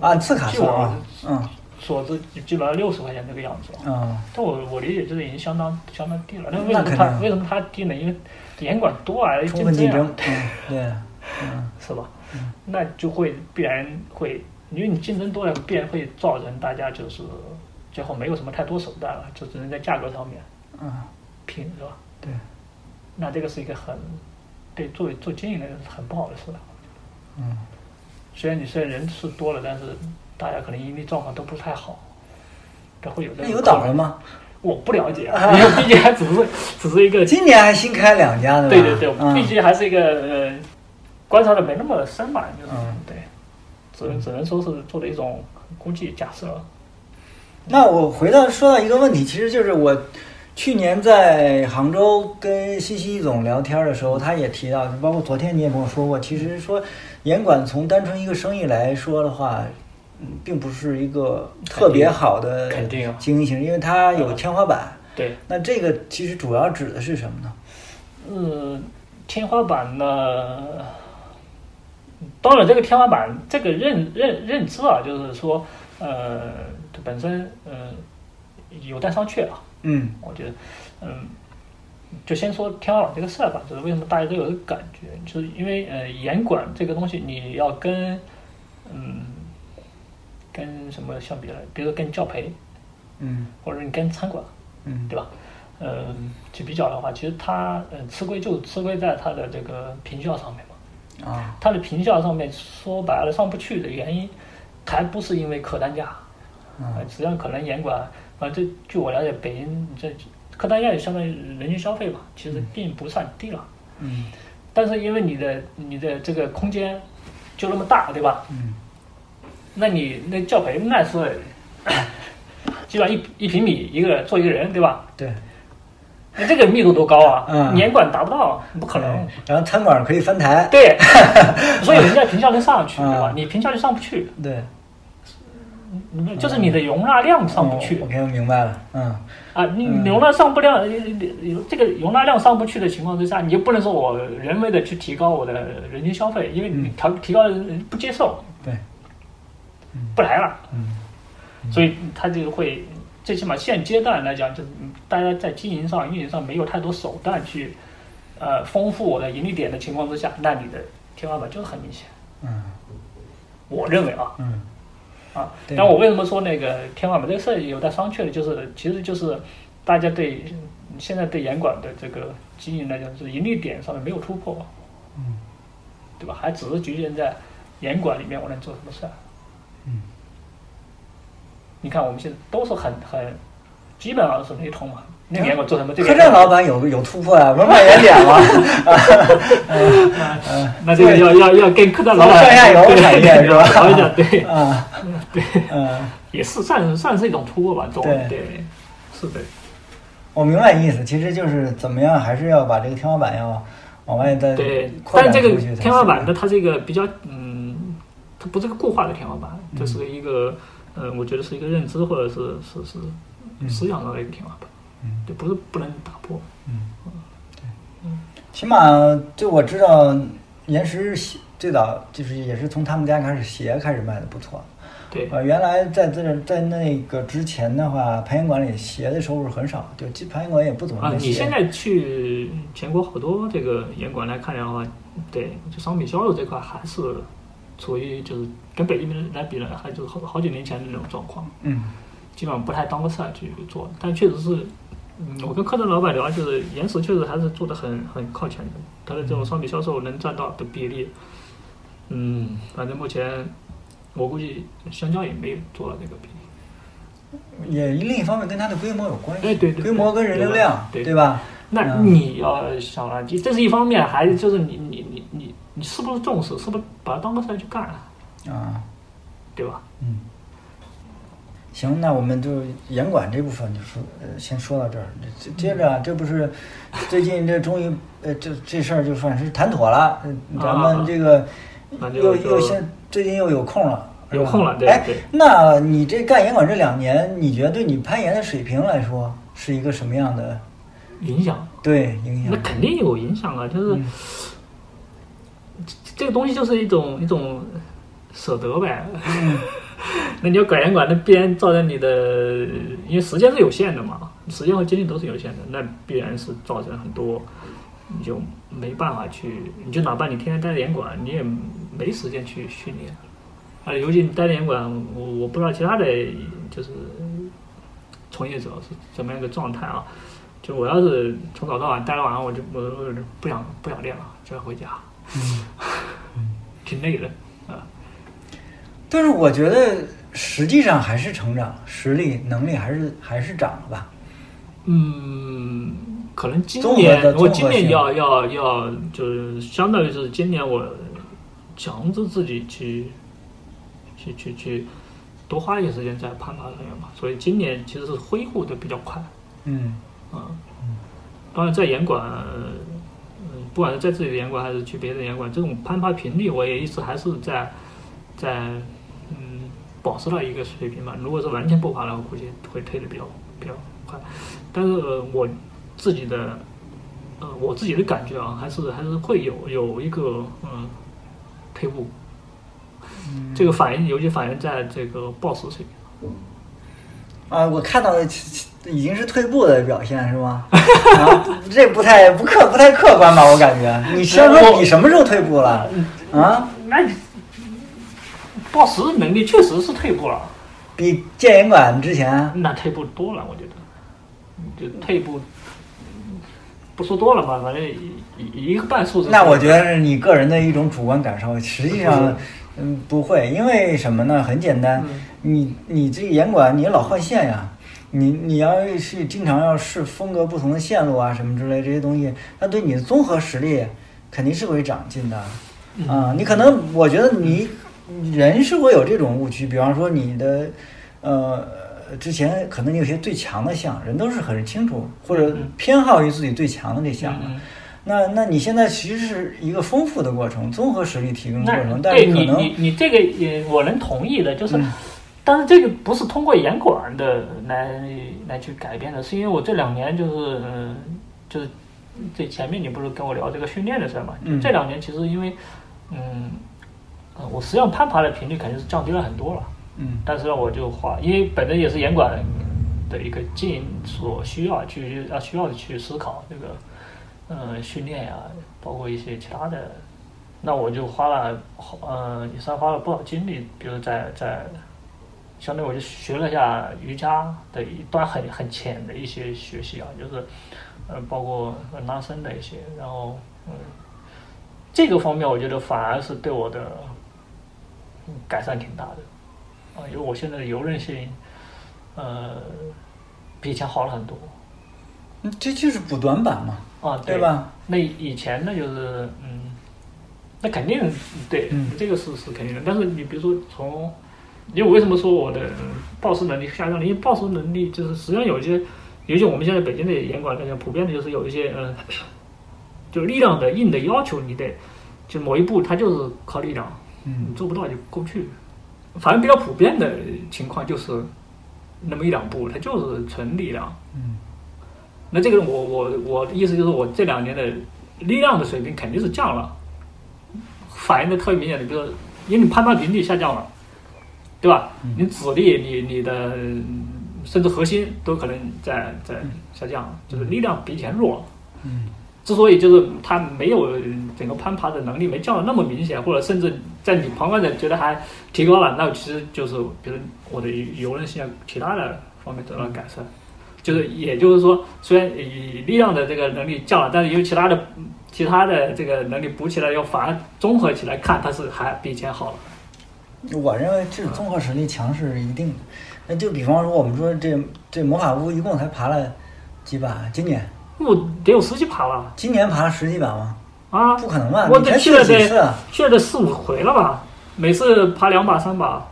按次卡据算我啊，嗯所知基本上六十块钱这个样子啊。嗯，但我我理解就是已经相当相当低了，那为那肯什么定啊它为什么它低呢？因为严管多啊，充分这竞样争，嗯，对，嗯是吧嗯？那就会必然会，因为你竞争多了，必然会造成大家就是最后没有什么太多手段了，就只能在价格上面嗯，拼，是吧？对，那这个是一个很对作为做经营的人是很不好的事了。嗯，虽然你虽然人是多了，但是大家可能盈利状况都不太好，这会有这那个有可能倒了吗？我不了解， 啊，因为毕竟还只是只是一个，今年还新开两家呢，对对对，嗯毕竟还是一个呃，观察的没那么深吧，就是、嗯对，只能只能说是做了一种估计假设，那我回到说到一个问题，其实就是我去年在杭州跟西西总聊天的时候，他也提到，包括昨天你也跟我说过，其实说严管从单纯一个生意来说的话，嗯并不是一个特别好的肯定啊嗯经营形式，因为它有天花板。对，那这个其实主要指的是什么呢？嗯，天花板呢，当然这个天花板这个认认认知啊，就是说呃，本身呃有待商榷啊，嗯我觉得，嗯，就先说天花板这个事儿吧，就是为什么大家都有这个感觉，就是因为呃，严管这个东西，你要跟，嗯，跟什么相比呢？比如说跟教培，嗯或者你跟餐馆，嗯对吧？嗯，去比较的话，其实它呃吃亏就吃亏在它的这个评效上面嘛。啊它的评效上面说白了上不去的原因，还不是因为客单价，嗯呃，实际上可能严管，反正据我了解，北京这客单价也相当于人均消费嘛，其实并不算低了。嗯但是因为你的你的这个空间就那么大，对吧？嗯那你那教培那 是基本上一一平米一个坐一个人，对吧？对，那这个密度多高啊！嗯严管达不到，啊不可能。然后餐馆可以翻台，对， 所以人家评价能上去，对吧嗯？你评价就上不去，对，嗯就是你的容纳量上不去。哦 OK，我明白了，嗯啊，你嗯容纳上不量，这个容纳量上不去的情况之下，你就不能说我人为的去提高我的人均消费，因为嗯你调提高的人不接受，对，不来了，嗯所以他就会，最起码现阶段来讲，就是大家在经营上、运营上没有太多手段去，呃，丰富我的盈利点的情况之下，那你的天花板就是很明显。嗯我认为啊嗯啊，对但我为什么说那个天花板这个事儿有待商榷的，就是其实就是大家对现在对严管的这个经营来讲，就是盈利点上面没有突破，嗯。对吧？还只是局限在严管里面我能做什么事儿。嗯你看我们现在都是很很基本上是雷同嘛，那严管做什么这个客也啊栈老板有有突破啊 呀、文化原点嘛，那这个要要要跟客栈老板上下游对产业是 吧聊一下，对，啊，对，嗯，也是算算是一种突破吧，总对对，是的，我明白你意思，其实就是怎么样，还是要把这个天花板要往外再对，扩但展这个出去才行天花板呢，它是一个比较嗯，它不是个固化的天花板，嗯这是一个呃，我觉得是一个认知或者是是是思想上的一个天花板，嗯对，不是不能打破，嗯起码就我知道，岩石鞋最早就是也是从他们家开始鞋开始卖的不错，对，呃，原来在这在那个之前的话，排烟馆里鞋的收入很少，就其实排烟馆也不怎么啊，卖鞋。你现在去全国好多这个严管来看的话，对，就商品销售这块还是处于就是跟北京来比呢，还就是好好几年前的那种状况，嗯基本上不太当个事儿去做。但确实是，嗯，我跟客栈老板聊，就是延时确实还是做的很很靠前的，他的这种商品销售能占到的比例，嗯，反正目前我估计香蕉也没有做到这个比例。也另一方面跟它的规模有关系，哎对对对规模跟人流量，对吧对吧？那嗯你要想了，这是一方面，还就是你你你你你是不是重视，是不是把它当个事儿去干，啊，对吧？嗯，行，那我们就严管这部分就说，呃，先说到这儿。这接着啊，这不是最近这终于，呃，这这事儿就算是谈妥了。呃咱们这个啊那就又就又先最近又有空了，是吧有空了对哎对，那你这干严管这两年，你觉得对你攀岩的水平来说是一个什么样的影响，对影那响？肯定有影响啊，就是、嗯这这个东西就是一种一种舍得呗。嗯 那你要管严管，那必然造成你的，因为时间是有限的嘛，时间和精力都是有限的，那必然是造成很多，你就没办法去，你就哪怕你天天待在严管，你也没时间去训练。啊，尤其你待在严管，我我不知道其他的就是从业者是怎么样一个状态啊。就我要是从早到晚待到晚上，我就我我就不想不想练了，就要回家，嗯挺累的啊。但是我觉得实际上还是成长，实力能力还是还是涨了吧。嗯，可能今综合的年综合我今年性要要要就是相当于是今年我强制自己去去去去多花一些时间在攀爬上面嘛，所以今年其实是恢复的比较快。嗯啊，当然在严管，呃不管是在自己的严管还是去别的严管，这种攀爬频率我也一直还是在在嗯保持到一个水平吧。如果是完全不爬的话，我估计会退的比较比较快。但是、呃我自己的呃我自己的感觉啊，还是还是会有有一个嗯退步。这个反映，尤其反映在这个暴食水平。啊，我看到的其其已经是退步的表现是吗？啊，这不太不客不太客观吧？我感觉你先说你什么时候退步了？啊，那你暴食能力确实是退步了。比建营馆之前那退步多了，我觉得，就退步，不说多了吧，反正一一一个半数字。那我觉得是你个人的一种主观感受，实际上，嗯，不会，因为什么呢？很简单，你你这个严管你老换线呀，你你要是经常要试风格不同的线路啊，什么之类这些东西，那对你的综合实力肯定是会长进的，啊、你可能我觉得你人是会有这种误区，比方说你的，呃。之前可能你有些最强的项，人都是很清楚或者偏好于自己最强的这项的，嗯嗯那那你现在其实是一个丰富的过程，综合实力提升的过那程，但是对可你嗯能你你这个也我能同意的，就是，嗯但是这个不是通过严管的来来去改变的，是因为我这两年就是嗯、就是这前面你不是跟我聊这个训练的事儿嘛，嗯这两年其实因为嗯、呃我实际上攀爬的频率肯定是降低了很多了。嗯但是我就花，因为本身也是严管的一个经营所需要去啊需要去思考这个呃训练呀、包括一些其他的，那我就花了呃也算花了不少精力，比如在在相对我就学了一下瑜伽的一段很很浅的一些学习啊，就是呃包括呃拉伸的一些，然后嗯这个方面我觉得反而是对我的嗯改善挺大的。啊，因为我现在的游刃性，呃，比以前好了很多嗯这就是补短板嘛。啊，对吧？那以前呢，就是嗯，那肯定对，嗯这个是是肯定的。但是你比如说从，因为我为什么说我的报时能力下降了？因为报时能力就是实际上有一些，尤其我们现在北京的严管大家普遍的就是有一些呃， 就力量的硬的要求，你得就某一步它就是靠力量，嗯你做不到就过不去。反正比较普遍的情况就是那么一两步，它就是纯力量。嗯，那这个我我我的意思就是我这两年的力量的水平肯定是降了，反映的特别明显的就是因为你攀爬频率下降了，对吧？你指力、你你的嗯甚至核心都可能在在下降，就是力量比以前弱了。嗯，之所以就是他没有整个攀爬的能力没降的那么明显，或者甚至在你旁观者觉得还提高了，那其实就是比如我的游刃性啊，其他的方面得到了改善。就是嗯也就是说，虽然以力量的这个能力降了，但是由于其他的其他的这个能力补起来，又反而综合起来看，它是还比以前好了。我认为这种综合实力强是一定的。那就比方说，我们说这这魔法屋一共才爬了几把？今年我得有十几爬了今年爬了十几把吗？啊！不可能吧？我你得才去去了了几次得啊？去了得四五回了吧，每次爬两把三把。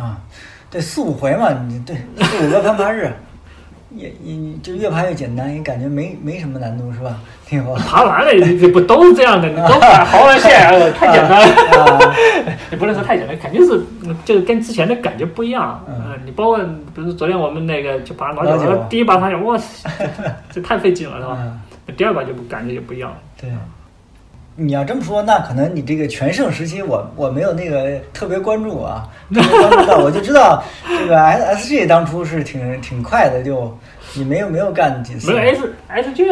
啊，对四五回嘛，你对四五个攀爬日，也也就越爬越简单，也感觉没没什么难度是吧？挺好。 爬完了，这不都是这样的？你都敢毫完线，哎呦太简单了。啊也不能说太简单，肯定是嗯这个跟之前的感觉不一样。嗯呃你包括比如说昨天我们那个去爬老老九九，第一把老九，哇塞，这这太费劲了，是吧？嗯，第二把就不感觉就不一样了。对。啊你要这么说，那可能你这个全盛时期我，我没有那个特别关注 啊，特别关注到我就知道这个 S S G 当初是挺挺快的，就你没有没有干几次，没有哎 S S G，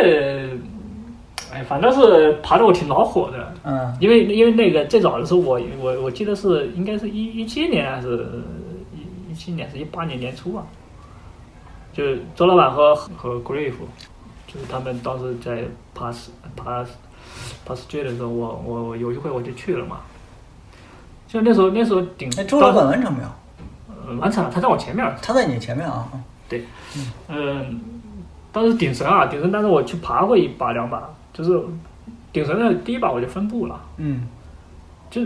哎，反正是爬的我挺恼火的，嗯因为因为那个最早的时候我，我我记得是应该是一一七年还是一一七年还是一八年年初吧，就是周老板和和 Grave，就是他们当时在 Pass Pass Pass J 的时候，我我我有一回我就去了嘛，就那时候那时候顶那哎周老当板完成没有？呃完成了，他在我前面，他在你前面啊，嗯对，嗯，当时顶神啊，顶神，当时我去爬过一把两把，就是顶神的第一把我就分部了，嗯，就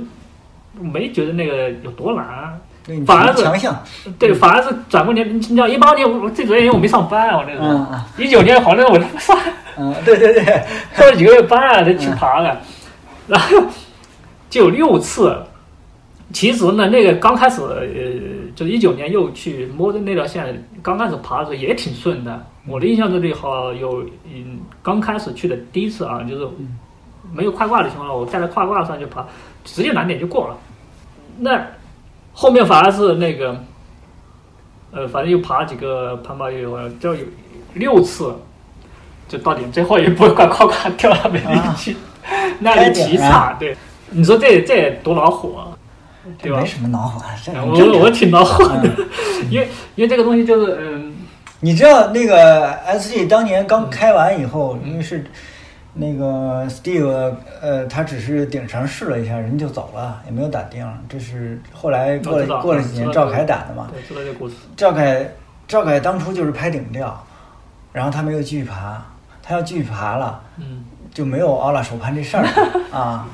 没觉得那个有多难啊。对你反而是强项，对，反而是转过年，你知道一八年我这左因为我没上班啊，我那时嗯候嗯一九年好像我上嗯，对对对，上了几个月班啊，才去爬的， 然后就有六次。其实呢，那个刚开始，呃，就是一九年又去摸的那条线，刚开始爬的时候也挺顺的。我的印象这里好有，嗯，刚开始去的第一次啊，就是没有快挂的情况下，我带着快挂上去爬，直接难点就过了。那后面反而是那个，呃，反正又爬几个攀爬又就有六次，就到点最后一步快快快掉到没力气， 耐哎力极差。对，你说这这也多恼火啊，对吧哎没？什么恼火，啊这你真嗯我我挺恼火的， 因为因为这个东西就是嗯，你知道那个 SG 当年刚开完以后，因为是那个 Steve，呃，他只是顶上试了一下，人就走了，也没有打钉儿。这是后来过我知了道过了几年，知道赵凯打的嘛。对，知道这个故事，赵凯赵凯当初就是拍顶吊，然后他没有继续爬，他要继续爬了，嗯，就没有奥拉手攀这事儿 了啊。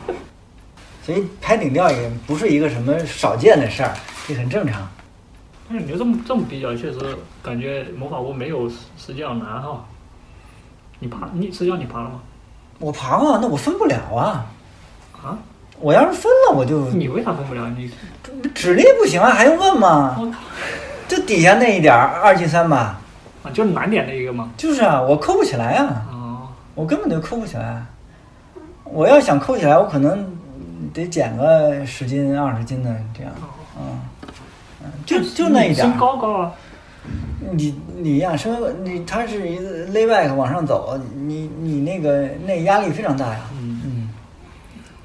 所以拍顶吊也不是一个什么少见的事儿，这很正常。但是你就这么这么比较，确实感觉魔法屋没有实际上难哈。你爬，你实际上你爬了吗？我爬嘛，那我分不了啊。啊？我要是分了，我就你为啥分不了？你指力不行啊，还用问吗？我就底下那一点儿，二进三吧。啊，就是难点那一个嘛。就是啊，我扣不起来啊，哦，我根本就扣不起来。我要想扣起来，我可能得减个十斤、二十斤的这样。嗯，嗯就就那一点身儿。哦高高啊，你你呀、身你它是一个 layback 往上走，你你那个那压力非常大呀。嗯嗯，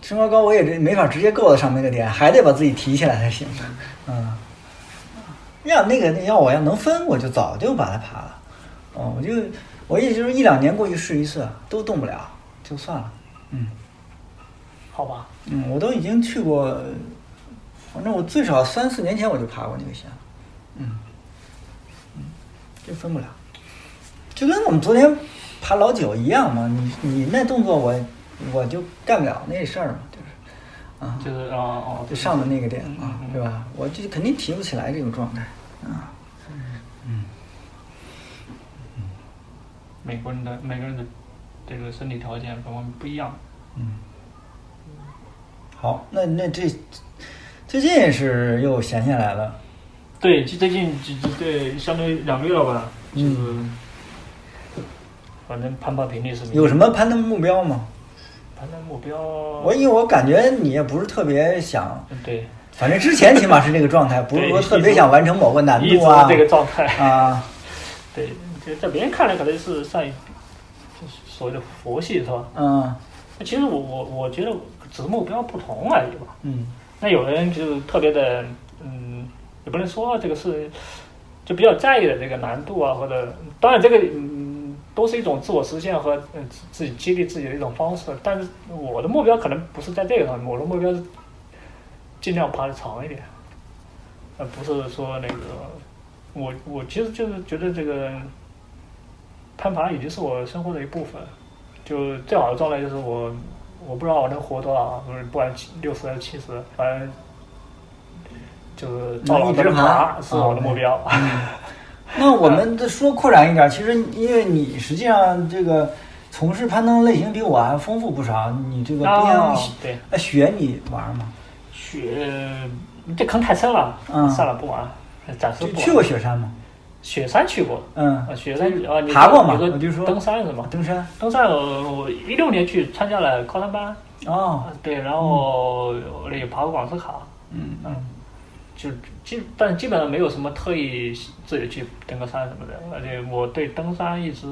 身高高我也这没法直接够到上面那个点，还得把自己提起来才行。嗯，要那个要我要能分，我就早就把它爬了。哦，我就我也就是一两年过去试一次，都动不了，就算了。嗯好吧，嗯，我都已经去过，反正我最少三四年前我就爬过那个线了。嗯，嗯，这分不了，就跟我们昨天爬老九一样嘛。你你那动作我我就干不了那事儿嘛，就是啊，就是哦哦，就上的那个点啊嗯嗯，嗯对吧？我就肯定提不起来这种状态啊。美国人的每个人的这个身体条件跟我们不一样。嗯好，那那这最近是又闲下来了，对，就最近就就对，相当于两个月了吧，就是、反正攀爬频率是明显嗯有什么攀登目标吗？攀登目标？我因为我感觉你也不是特别想嗯对，反正之前起码是这个状态，不是对说特别想完成某个难一直度啊这个状态。啊，对，就在别人看来可能是上一就是所谓的佛系是吧？嗯其实我我我觉得只是目标不同而已吧。嗯那有的人就是特别的，嗯，也不能说这个是就比较在意的这个难度啊，或者当然这个嗯都是一种自我实现和嗯自自己激励自己的一种方式。但是我的目标可能不是在这个上面，我的目标是尽量爬的长一点，而不是说那个我我其实就是觉得这个攀爬已经是我生活的一部分，就最好的状态就是我我不知道我能活多少，就是不管七六十还是七十，反正就是造能牢一这直个爬爬是我的目标。 那我们再说扩展一点，其实因为你实际上这个从事攀登类型比我还丰富不少，你这个啊冰、对，呃雪你玩吗？雪这坑太深了，嗯算了不玩，暂时就不玩。去过雪山吗？雪山去过，嗯，啊，雪山啊，你爬过吗有个我就说登山是吗？登山登山我我一六年去参加了高山班，啊哦，对，然后我也爬过广斯卡，嗯嗯就基但基本上没有什么特意自己去登个山什么的，而且我对登山一直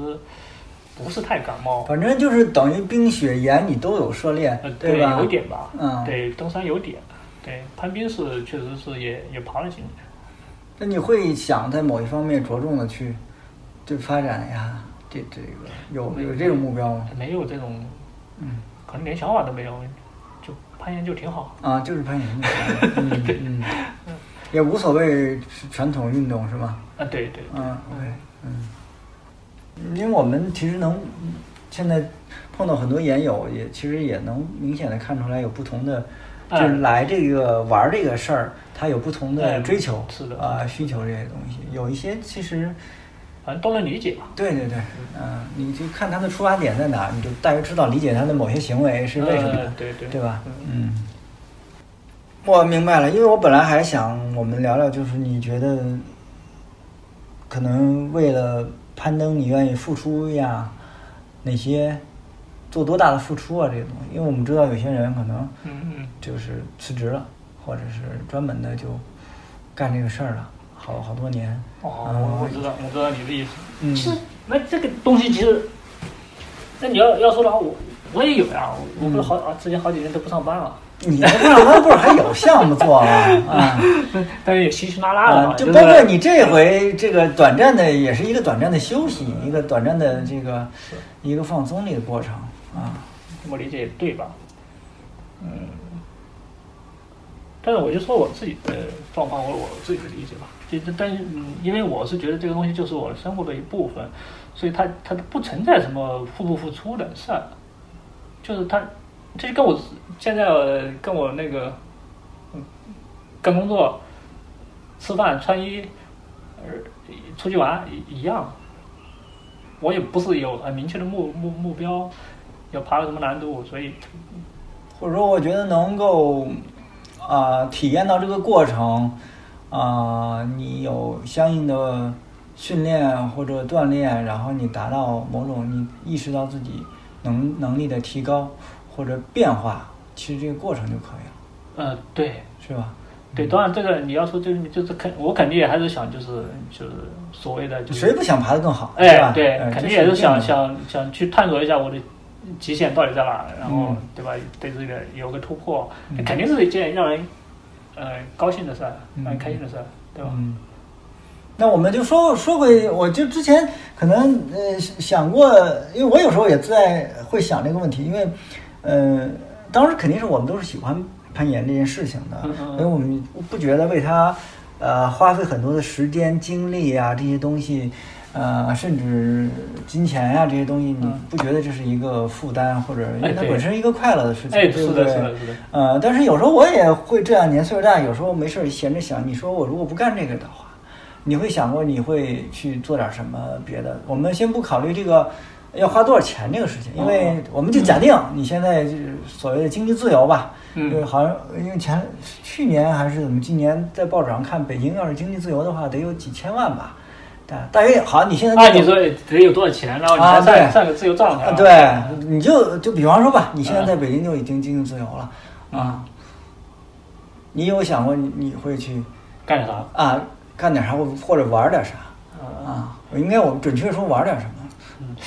不是太感冒，反正就是等于冰雪岩你都有涉猎呃，，对，对吧？有一点吧，嗯对，登山有点，对，攀冰是确实是也也爬了几年，那你会想在某一方面着重的去，就发展呀？这这个有有这种目标吗？没有这种，嗯，可能连想法都没有，就攀岩就挺好。啊，就是攀岩目标，嗯嗯，也无所谓是传统运动是吧？啊，对对，嗯，OK，嗯，因为我们其实能现在碰到很多研友，也其实也能明显的看出来有不同的，就嗯是来这个玩儿这个事儿，他有不同的嗯追求，是的啊，需求这些东西，有一些其实。反正都能理解吧。对对对，嗯、你就看他的出发点在哪儿，你就大约知道理解他的某些行为嗯是为什么，呃对对对吧？嗯嗯，我明白了，因为我本来还想我们聊聊，就是你觉得可能为了攀登，你愿意付出呀？哪些做多大的付出啊？这些东西，因为我们知道有些人可能嗯嗯，就是辞职了，或者是专门的就干这个事儿了，好好多年。哦，嗯我我知道，我知道你的意思。嗯其实那这个东西其实，那你要要说的话，我我也有呀，我我不是好嗯啊，之前好几年都不上班了，你那不上班不是还有项目做吗？啊但是也稀稀拉拉的啊！嘛，就是包括你这回这个短暂的，也是一个短暂的休息，一个短暂的这个一个放松的一个过程啊。这么理解也对吧？嗯，但是我就说我自己的状况，我我自己的理解吧。就但是，嗯，因为我是觉得这个东西就是我生活的一部分，所以它它不存在什么付不付出的事儿，就是它，这就跟我现在呃跟我那个，嗯，干工作、吃饭、穿衣，呃，出去玩一一样。我也不是有很明确的目目目标，要爬到什么难度，所以或者说，我觉得能够啊、体验到这个过程啊、你有相应的训练或者锻炼，然后你达到某种你意识到自己能能力的提高或者变化，其实这个过程就可以了，呃，对是吧？对，当然这个你要说就是就是肯，我肯定也还是想就是就是所谓的就是谁不想爬得更好？是吧哎对哎，肯这定也一是定想的想想去探索一下我的极限到底在哪，然后、嗯对吧？对自己的有个突破，嗯肯定是一件让人呃高兴的事儿，嗯让人开心的事儿，对吧？嗯，那我们就说说回，我就之前可能呃想过，因为我有时候也在会想这个问题，因为呃当时肯定是我们都是喜欢攀岩这件事情的，嗯嗯嗯所以我们不觉得为它呃花费很多的时间精力啊这些东西。呃，甚至金钱啊呀、这些东西，你嗯不觉得这是一个负担，或者因为哎它对本身是一个快乐的事情，哎，对是不的，对是的，是的，呃，但是有时候我也会这两年岁数大，有时候没事儿闲着想，你说我如果不干这个的话，你会想过你会去做点什么别的？我们先不考虑这个要花多少钱这个事情，因哦为我们就假定你现在就是所谓的经济自由吧。嗯就是好像因为前去年还是怎么，今年在报纸上看，北京要是经济自由的话，得有几千万吧。大大约好，你现在啊，就有你说得有多少钱，然后你啊才对算算个自由状态啊，啊，对，你就就比方说吧，你现在嗯在北京就已经经济自由了，啊，你有想过你你会去干啥？啊干点啥或或者玩点啥嗯啊？我应该我们准确说玩点什么？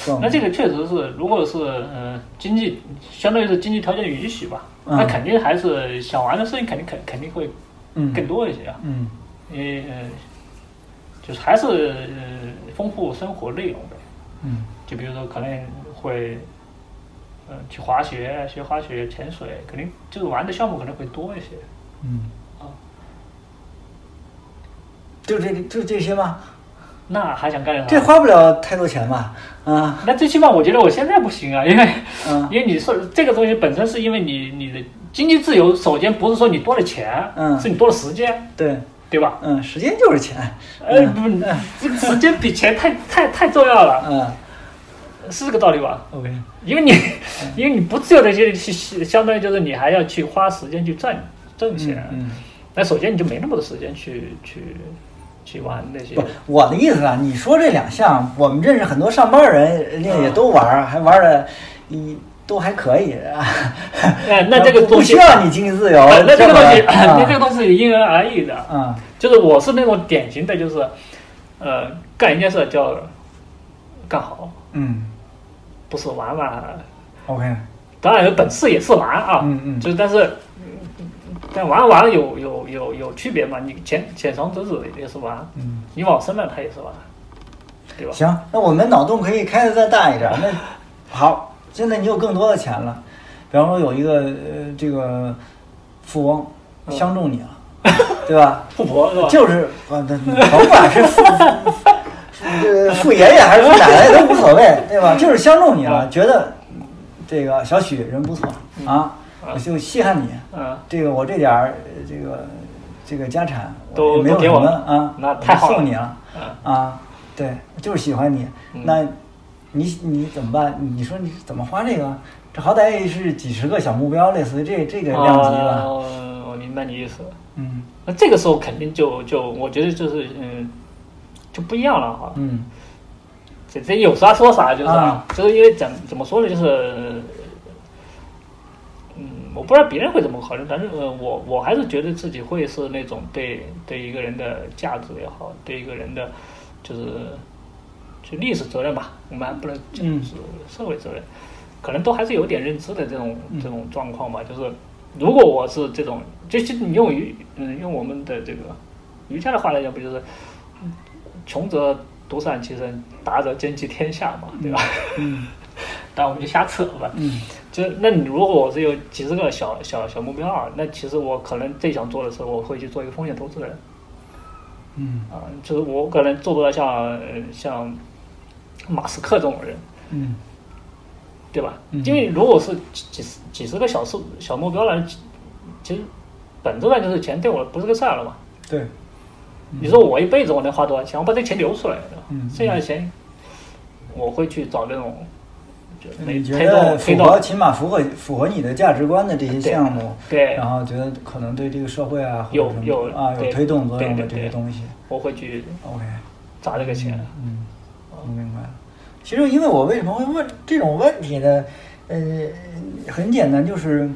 更那这个确实是，如果是呃经济相当于是经济条件允许吧，嗯那肯定还是想玩的事情肯定肯肯定会嗯更多一些啊，嗯因为呃就是还是、呃、丰富生活内容呗，嗯就比如说可能会呃去滑雪、学滑雪、潜水，肯定就是玩的项目可能会多一些嗯，啊。就这就这些吗？啊那还想干点啥？这花不了太多钱吧？啊那最起码我觉得我现在不行啊，因为、嗯因为你说这个东西本身是因为你你的经济自由首先不是说你多了钱，嗯是你多了时间，对，对吧？嗯，时间就是钱， 嗯呃，不是，这个时间比钱太太太重要了，嗯是这个道理吧？ ，OK，因为你，嗯因为你不自由的去去，相当于就是你还要去花时间去赚挣钱。嗯，那首先你就没那么多时间去去去玩那些不，我的意思啊，你说这两项，我们认识很多上班人，人家也都玩儿，还玩的，一都还可以，哎 那这个不东西需要你经济自由呃， 那这个东西，吧啊那这个东西因人而异的。啊，就是我是那种典型的，就是呃，干一件事叫干好，嗯不是玩玩。 ，OK，当然，有本事也是玩啊，嗯嗯就是但是。但玩玩有有有有区别嘛？你浅浅尝辄止也是玩，嗯，你往深了它也是玩，对吧？行，那我们脑洞可以开的再大一点儿。那好，现在你有更多的钱了，比方说有一个呃这个富翁嗯相中你了，对吧？富婆是吧？就是呃，那甭管是富呃富爷爷还是富奶奶都无所谓，对吧？就是相中你了，觉得这个小许人不错啊，我就稀罕你。嗯，这个我这点儿呃这个这个家产都也没有都给什我么了啊，那太好了送你了嗯啊，对，就是喜欢你。嗯那你你怎么办？你说你怎么花这个？这好歹也是几十个小目标，类似于这这个量级吧。哦，我明白你意思。嗯那这个时候肯定就就我觉得就是嗯，就不一样了哈。嗯这这有啥说啥，就是啊，就是因为怎怎么说呢，就是，嗯，我不知道别人会怎么考虑，反正呃，我我还是觉得自己会是那种对对一个人的价值也好，对一个人的就是就历史责任吧，我们还不能嗯就是社会责任，可能都还是有点认知的这种嗯这种状况吧。就是如果我是这种，就是你用瑜嗯用我们的这个瑜伽的话来讲，不就是嗯穷则独善其身，达则兼济天下嘛，对吧？ 嗯但我们就瞎扯吧。嗯就那你如果我是有几十个小小小目标啊，那其实我可能最想做的是，我会去做一个风险投资人嗯啊，就是我可能做不到像呃像马斯克这种人，嗯对吧？嗯因为如果是几几十几十个小数小目标了，其其实本质上就是钱对我不是个事儿了嘛。对，你说我一辈子我能花多少钱？我把这钱留出来，对吧嗯剩下的钱我会去找那种就没你觉推动得符推动合起码符合符合你的价值观的这些对项目，对，然后觉得可能对这个社会啊或者有什么有啊有对推动作用的对对这些对东西。我会去 OK，砸这个钱。嗯，我明白了。其实，因为我为什么会问这种问题呢？呃，很简单，就是，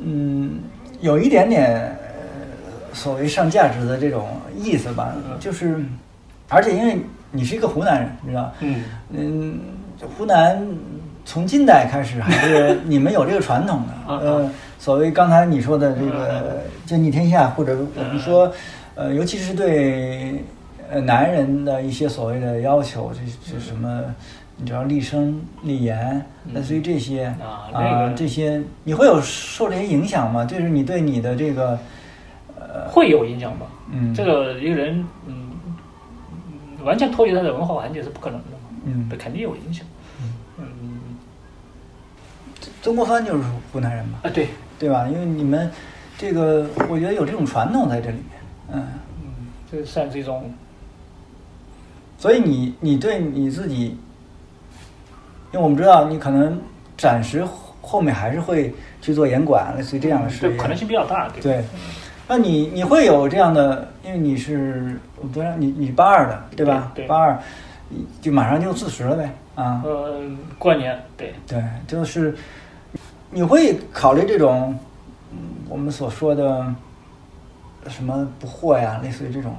嗯，有一点点呃所谓上价值的这种意思吧，嗯就是，而且因为你是一个湖南人，你知道，嗯嗯，湖南从近代开始还 是你们有这个传统的，嗯呃，所谓刚才你说的这个兼济天下，或者嗯我们说，呃，尤其是对呃男人的一些所谓的要求，这这什么，你知道立身立言，类似于这些啊啊、那个这些，你会有受这些影响吗？就是你对你的这个，会有影响吧？嗯，这个一个人，嗯，嗯完全脱离他的文化环境是不可能的嘛，嗯肯定有影响。嗯，曾国藩就是湖南人嘛，啊对，对吧？因为你们这个，我觉得有这种传统在这里面，嗯。嗯，这算是一种，所以你你对你自己，因为我们知道你可能暂时后后面还是会去做严管，类似于这样的事嗯对业，可能性比较大，对吧对。那你你会有这样的，因为你是我不知道你你八二的对吧？对对八二，你就马上就四十了呗啊，嗯，过年对，对，就是你会考虑这种，嗯，我们所说的什么不惑呀，类似于这种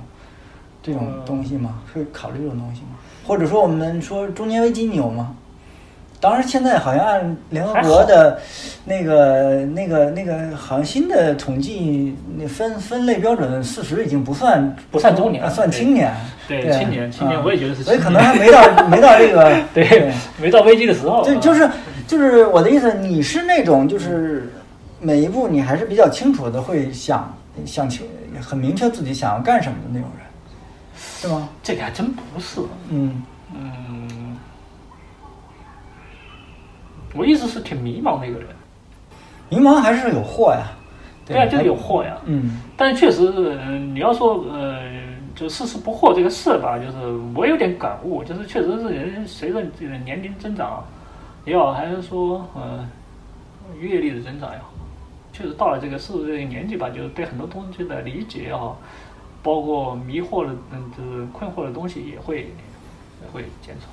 这种嗯东西吗？会考虑这种东西吗？或者说我们说中年危机，你有吗？当然，现在好像按联合国的那个、那个、那个，好像新的统计那分分类标准，四十已经不算不算中年啊算对青年。对对，青年青年啊我也觉得是所以青可能年还没到没到这个 对，没到危机的时候啊，对，就是就是我的意思，你是那种就是每一步你还是比较清楚的，会想想清很明确自己想要干什么的那种人，是吗？这个还真不是，嗯嗯，我一直是挺迷茫的一个人，迷茫还是有祸呀，对啊，就是有货呀。嗯但确实，嗯，你要说呃，就世事不惑这个事吧，就是我有点感悟，就是确实是人随着这个年龄增长也好，还是说呃阅历的增长也好，确实到了这个四十岁的年纪吧，就是对很多东西的理解也好，包括迷惑的嗯就是困惑的东西也会也会减少。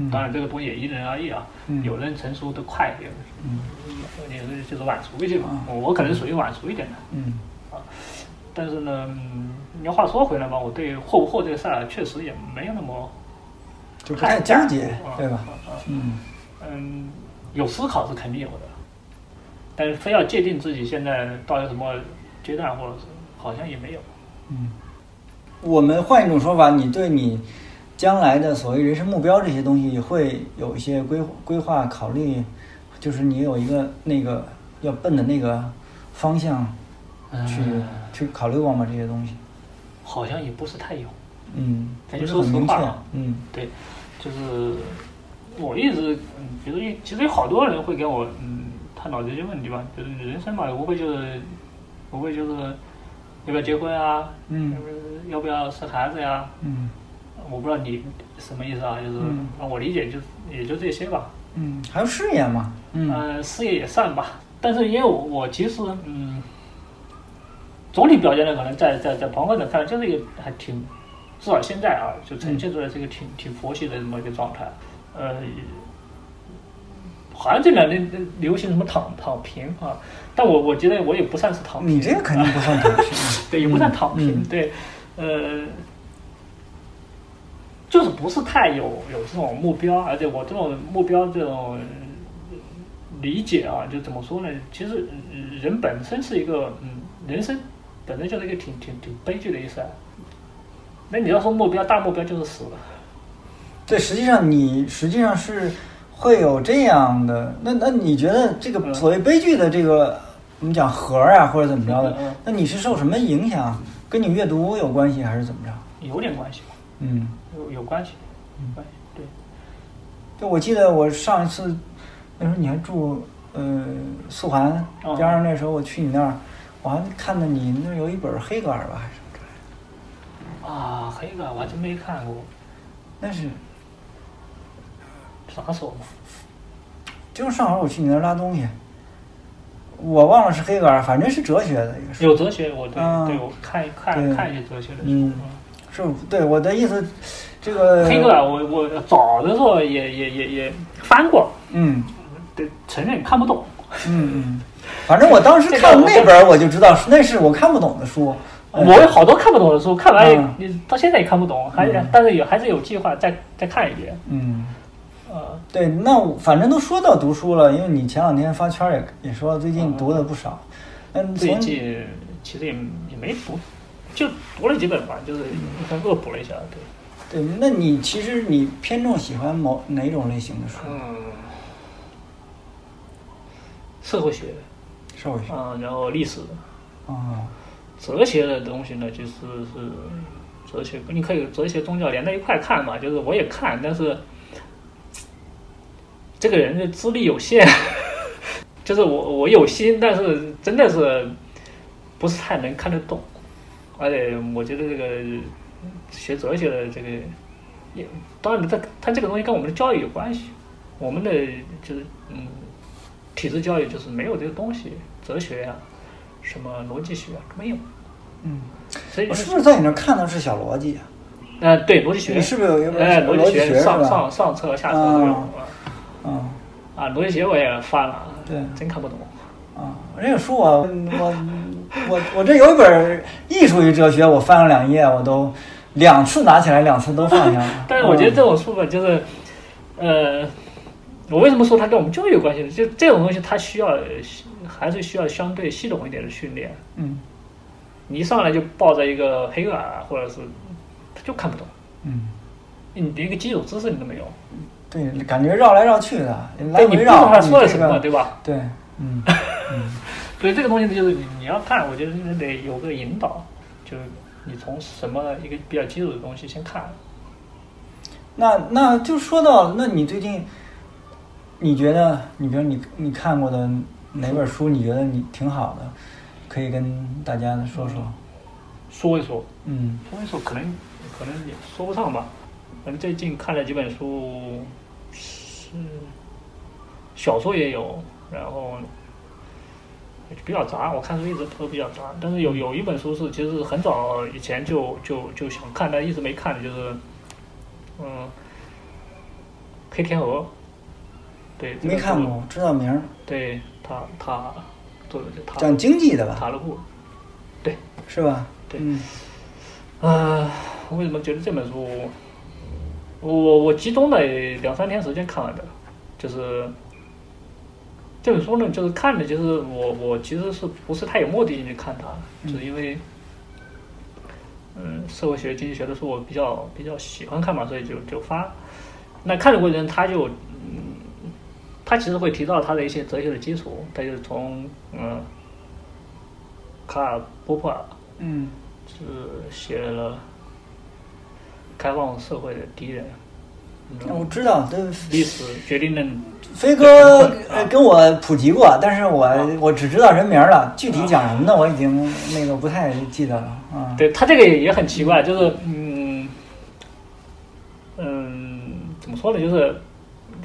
嗯，当然，这个东西也因人而异啊，嗯有人成熟的快，有人嗯有人就是晚熟一些嘛。我可能属于晚熟一点的。嗯但是呢，嗯你要话说回来吧，我对霍不霍这个事儿确实也没有那么，就不太纠结啊，对吧？嗯嗯，有思考是肯定有的，但是非要界定自己现在到底什么阶段，或者是好像也没有。嗯，我们换一种说法，你对你将来的所谓人生目标这些东西会有一些规规划考虑，就是你有一个那个要奔的那个方向去、呃去考虑过吗？这些东西，好像也不是太有。嗯，哎不是说很实明话确啊，嗯对，就是我一直，嗯，比如其实有好多人会跟我嗯探讨这些问题吧，就是人生嘛，无非就是无非就是要不要结婚啊，嗯要不要要不要生孩子呀、嗯我不知道你什么意思啊，就是、嗯啊我理解就也就这些吧，嗯，还有事业嘛，嗯、呃，事业也算吧，但是因为我我其实嗯，总体表现的可能在在在朋友的看来就是一个还挺，至少现在啊，就呈现出来是一个挺挺佛系的这么一个状态，呃，好像这两年流行什么躺躺平啊，但我我觉得我也不算是躺平，你这个肯定不算躺平，对，也不算躺平，嗯对，呃，就是不是太有有这种目标，而且我这种目标这种呃理解啊，就怎么说呢？其实呃人本身是一个，嗯，人生本身就是一个挺挺挺悲剧的一生。那你要说目标，大目标就是死了。对，实际上你实际上是会有这样的。那那你觉得这个嗯所谓悲剧的这个我们讲核儿啊，或者怎么着的嗯嗯，那你是受什么影响？跟你阅读有关系还是怎么着？有点关系吧，嗯，有有关系，有关系，对，就我记得我上一次那时候你还住呃素环哦边上，那时候我去你那儿，我还看到你那儿有一本黑格尔吧，还是什么之类的啊，黑格尔我还真没看过，那是啥时候嘛？就是上回我去你那儿拉东西，我忘了是黑格尔，反正是哲学的一个书。有哲学，我对、啊对我看看对看一些哲学的书。啊嗯是对我的意思，这个黑啊格尔，我我早的时候也也也也翻过，嗯得承认看不懂。嗯嗯，反正我当时看那本儿我就知道是那是我看不懂的书，嗯我有好多看不懂的书，看完也、嗯也到现在也看不懂，还、嗯但是也还是有计划再再看一遍。嗯，呃，对，那我反正都说到读书了，因为你前两天发圈儿也也说最近读的不少，嗯，最从近其实也也没读，就读了几本吧，就是可能恶补了一下。对，对，那你其实你偏重喜欢某哪种类型的书？嗯，社会学，社会学嗯、然后历史，哦，哲学的东西呢，就是是哲学，你可以哲学宗教连在一块看嘛，就是我也看，但是这个人的资历有限， 就是我我有心，但是真的是不是太能看得懂，而且我觉得这个学哲学的这个也当然这它这个东西跟我们的教育有关系，我们的就是嗯体制教育就是没有这个东西，哲学呀、什么逻辑学啊没有。嗯，所以我是不是在你那儿看到是小逻辑啊？呃，对逻辑学，你是不是有一本哎，小逻逻辑学学是上吧上上册下册都有啊嗯。啊，逻辑学我也翻了，对真看不懂。。啊，我这个书我我我我这有一本艺术与哲学，我翻了两页，我都两次拿起来，两次都放下了 但是我觉得这种书吧，就是，呃，我为什么说它跟我们教育有关系呢？就这种东西，它需要还是需要相对系统一点的训练。嗯你一上来就抱着一个黑格尔啊或者是，他就看不懂，嗯，你连一个基础知识你都没有，对，感觉绕来绕去的，来对，你不回知道绕。他说了你什这么，个对吧？对，嗯，所以这个东西呢，就是你你要看，我觉得你得有个引导，就是你从什么一个比较基础的东西先看。那那就说到，那你最近你觉得，你比如你你看过的哪本书，你觉得你挺好的，可可以跟大家说说。说一说，嗯说一说，可能可能也说不上吧。反正最近看了几本书，是小说也有，然后比较杂。我看书一直都比较杂，但是有嗯有一本书是其实很早以前就就就想看，但一直没看的，就是嗯，黑天鹅。对，这没本书看。过，知道名儿，对，塔塔作者是塔讲经济的吧，塔勒布。是吧？对嗯啊，我为什么觉得这本书，我我我集中了两三天时间看完的，就是这本书呢，就是看的，就是我我其实是不是太有目的性去看它，就是因为，嗯，社会学、经济学的书我比较比较喜欢看嘛，所以就就发。那看的过程，他就，嗯，他其实会提到他的一些哲学的基础，他就是从嗯，卡尔波普尔。嗯是写了《开放社会的敌人》，嗯我知道，对，历史决定了飞 哥对呃跟我普及过，但是我啊我只知道人名儿了，具体讲什么的我已经那个不太记得了啊。对他这个也也很奇怪，就是嗯嗯，怎么说呢？就是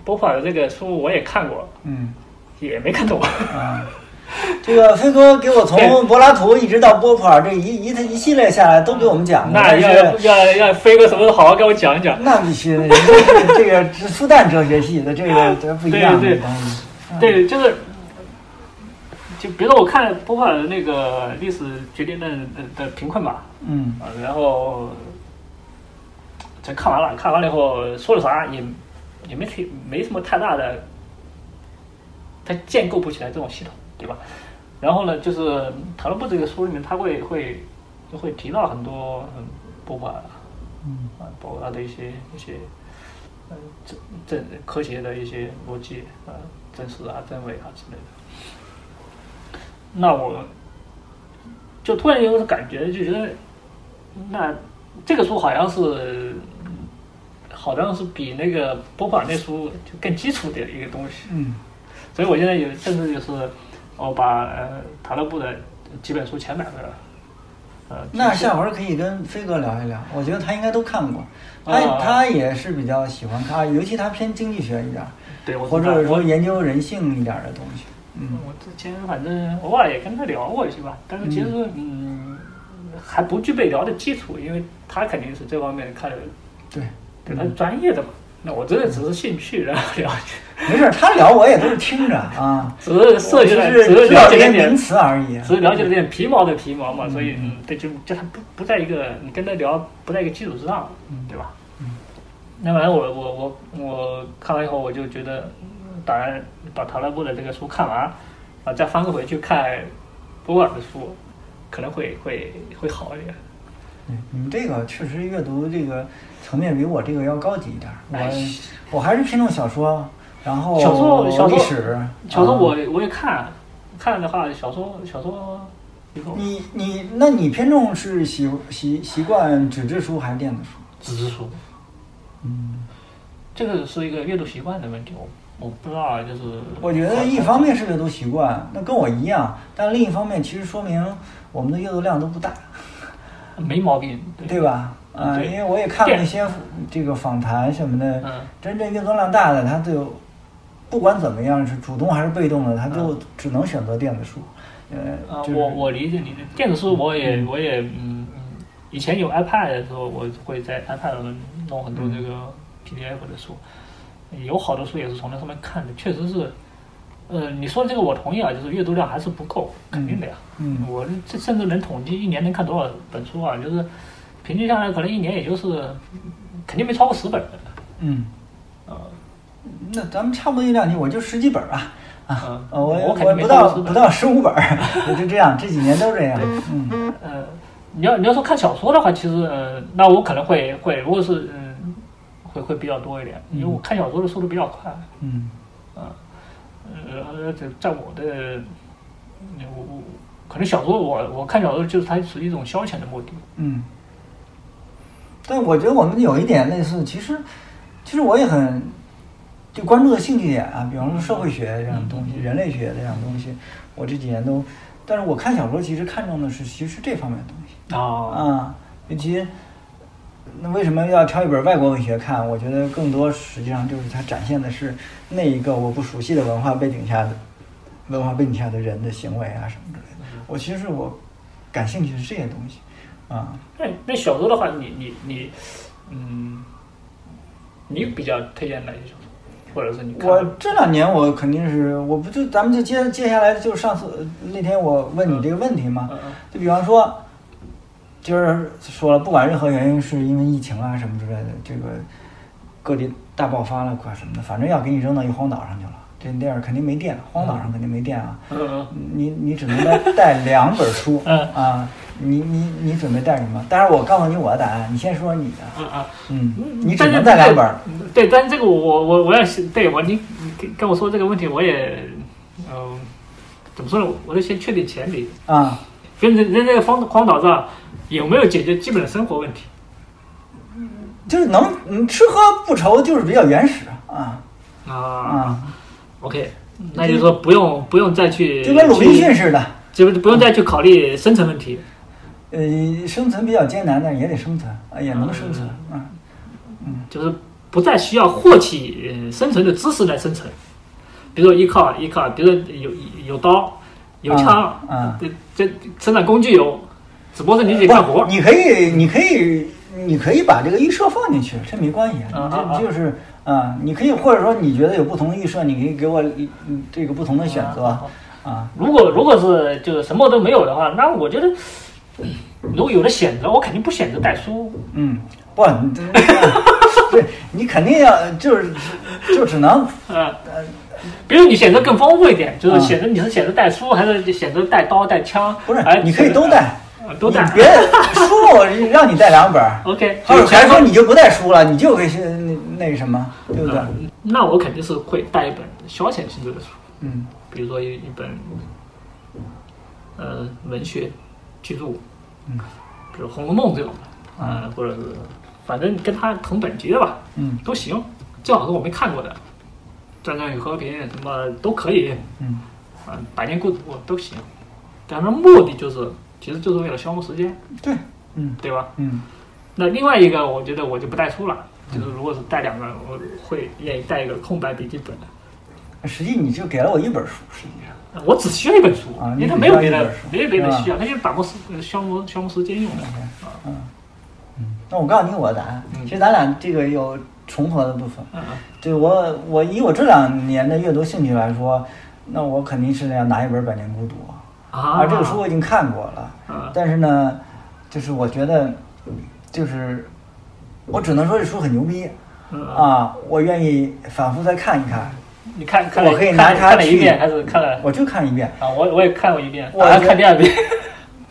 波普尔的这个书我也看过，嗯也没看懂。啊，这个飞哥给我从柏拉图一直到波普尔这一一他一系列下来都给我们讲过，那但要是要要飞哥什么时候好好给我讲一讲？那必须的，人家这个是复旦哲学系的这个这不一样对的对东西。对，就是，就比如说我看波普尔的那个《历史决定论》的的贫困吧，嗯啊，然后这看完了，看完了以后说了啥也也没提，没什么太大的，它建构不起来这种系统，对吧？然后呢，就是塔罗布这个书里面，他会会会提到很多嗯，波普尔嗯啊，包括他的一些一些嗯政政科学的一些逻辑啊、真实啊、真伪啊之类的。那我就突然有种感觉，就觉得那这个书好像是好像是比那个波普尔那书就更基础的一个东西。嗯所以我现在有甚至就是我把呃塔勒布的几本书全买回来了。呃，那就是下回可以跟飞哥聊一聊，我觉得他应该都看过，他、啊他也是比较喜欢看，尤其他偏经济学一点儿，对我或知道者我说研究人性一点儿的东西。嗯我之前反正偶尔也跟他聊过一些吧，但是其实嗯还不具备聊的基础，因为他肯定是这方面看的，对，对他是专业的嘛。那我真的只是兴趣，然后聊一句，没事儿，他聊我也都是听着 啊，只是涉只及是了，知了道解这了些点名，词而已。啊只是了解了点皮毛的皮毛嘛，所以嗯，对，就就他不不在一个你跟他聊不在一个基础之上，对吧？那完了，我我我我看完以后，我就觉得，嗯打算把塔勒布的这个书看完，啊，再翻个回去看波尔的书，可能会会会好一点。嗯你们这个确实阅读这个层面比我这个要高级一点儿，哎我我还是偏重小说，然后小说小说历史，小说啊我我也看，看的话，小说小说以后你你那你偏重是习习习惯纸质书还是电子书？纸质书，嗯，这个是一个阅读习惯的问题，我我不知道啊，就是我觉得一方面是阅读习惯，那跟我一样，但另一方面其实说明我们的阅读量都不大，没毛病，对对吧？啊、对因为我也看了电一些这个访谈什么的，嗯真正阅读量大的，他就不管怎么样是主动还是被动的，他就只能选择电子书。嗯啊呃，，就是、我我理解你的电子书，我也我也嗯，嗯以前有 iPad 的时候，我会在 iPad 上弄很多嗯这个 PDF 的书，有好多书也是从那上面看的，确实是，呃，你说这个我同意啊，就是阅读量还是不够，肯定的呀。嗯我这甚至能统计一年能看多少本书啊，就是平均下来可能一年也就是肯定没超过十本的，嗯，呃，那咱们差不多一两集，我就十几本儿吧。啊嗯，呃我我肯定我没不超过到十本不到十五本儿， 也就这样，这几年都这样。嗯呃，你要你要说看小说的话，其实呃，那我可能会会，如果是嗯，会会比较多一点，因为我看小说的速度比较快，嗯呃，在在我的嗯我我可能小说我我看小说就是它是一种消遣的目的，嗯。但我觉得我们有一点类似，其实其实我也很就关注的兴趣点啊，比方说社会学这样的东西、人类学这样的东西，我这几年都但是我看小说其实看重的是其实这方面的东西。啊，啊，尤其那为什么要挑一本外国文学看？我觉得更多实际上就是它展现的是那一个我不熟悉的文化背景下的文化背景下的人的行为啊什么之类的。我其实我感兴趣是这些东西啊，那那小说的话，你你你，嗯，你比较推荐哪些小说，或者是你看嗯我这两年我肯定是，我不就咱们就接接下来就是上次呃那天我问你这个问题嘛，嗯嗯就比方说，今儿说了，不管任何原因，是因为疫情啊什么之类的，这个各地大爆发了，快什么的，反正要给你扔到一荒岛上去了，这电影肯定没电，荒岛上肯定没电啊，嗯嗯你你只能带带两本书嗯啊，你你你准备带什么？当然我告诉你我的答案，你先说你的，嗯啊，嗯，你只但是能带两本儿，嗯对，但是这个我我我要是对我你你跟跟我说这个问题，我也嗯、怎么说呢？我得先确定前提，啊。跟人人那个荒荒岛上有没有解决基本的生活问题？就是能嗯吃喝不愁，就是比较原始啊啊、啊， o k 那就是说不用不用再去就跟鲁滨逊去似的，就不用再去考虑生存问题。呃，生存比较艰难，但是也得生存啊，也能生存啊。就是不再需要获取呃生存的知识来生存，比如说依靠依靠，比如说有有刀有枪，啊啊这这生产工具有，只不过是你得干活不，。你可以，你可以，你可以把这个预设放进去，这没关系，啊啊这啊就是啊，你可以或者说你觉得有不同的预设，你可以给我嗯这个不同的选择啊。如果如果是就是什么都没有的话，那我觉得嗯如果有的选择，我肯定不选择带书。嗯，不，你这对你肯定要就是就只能呃，比如你选择更丰富一点，就啊是选择你是选择带书，还是选择带刀带枪？不是还，你可以选择都带，呃哎都带你。别书我让你带两本 儿。 OK，或者全还说你就不带书了，你就可以去那那什么，对不对？嗯那我肯定是会带一本消遣性质的书，嗯比如说一一本，呃，文学巨著，嗯，比如《红楼梦》这种的，啊、或者是反正跟它同等级的吧，嗯都行，最好是我没看过的，《战争与和平》什么都可以，嗯啊、百年孤独》都行，但是目的就是，其实就是为了消磨时间，对，嗯对吧？嗯那另外一个，我觉得我就不带书了，就是如果是带两个，我会愿意带一个空白笔记本。实际你就给了我一本书，实际上，我只需要一本书啊，因为它你只没有需要别一本的书，没有别的是吧嗯需要，它就是打磨时呃消磨消磨时间用的。啊嗯那我告诉你我的答案，其实咱俩这个有重合的部分。嗯对我，我以我这两年的阅读兴趣来说，那我肯定是要拿一本《百年孤独》啊，这个书我已经看过了，啊但是呢，就是我觉得，就是我只能说这书很牛逼嗯，啊，我愿意反复再看一看，你看看了我可以看拿了它看了一去遍，还是看了我就看一遍。啊？我我也看过一遍，我打算觉看第二遍。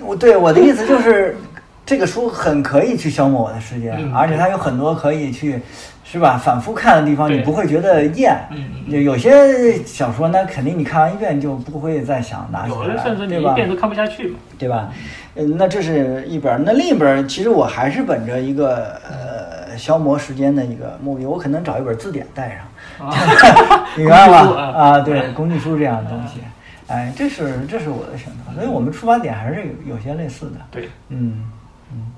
我对我的意思就是，这个书很可以去消磨我的时间，嗯而且它有很多可以去，是吧？反复看的地方，对你不会觉得厌。嗯嗯有有些小说呢，肯定你看完一遍就不会再想拿起 有来的甚至了，你对一吧？遍都看不下去嘛。对吧？嗯，那这是一本儿，那另一本儿，其实我还是本着一个呃消磨时间的一个目的，我可能找一本字典带啊 上，你明白吧 工具书？啊啊，对，工具书这样的东西，哎，这是这是我的选择，所以我们出发点还是有有些类似的，对，嗯嗯，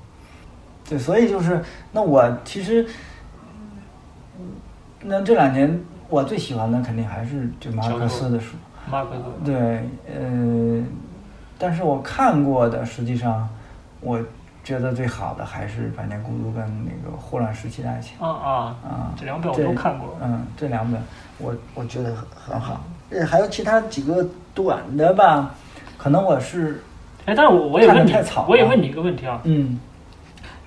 对，所以就是那我其实，那这两年我最喜欢的肯定还是就马尔克思的书，马克思对，呃，但是我看过的，实际上我觉得最好的还是《百年孤独》跟那个《霍乱时期的爱情》啊啊啊，，这两本我都看过。嗯，这两本我我觉得很好。呃，还有其他几个短的吧，可能我是哎，但是我我也看得问你太草，我也了问你一个问题啊，嗯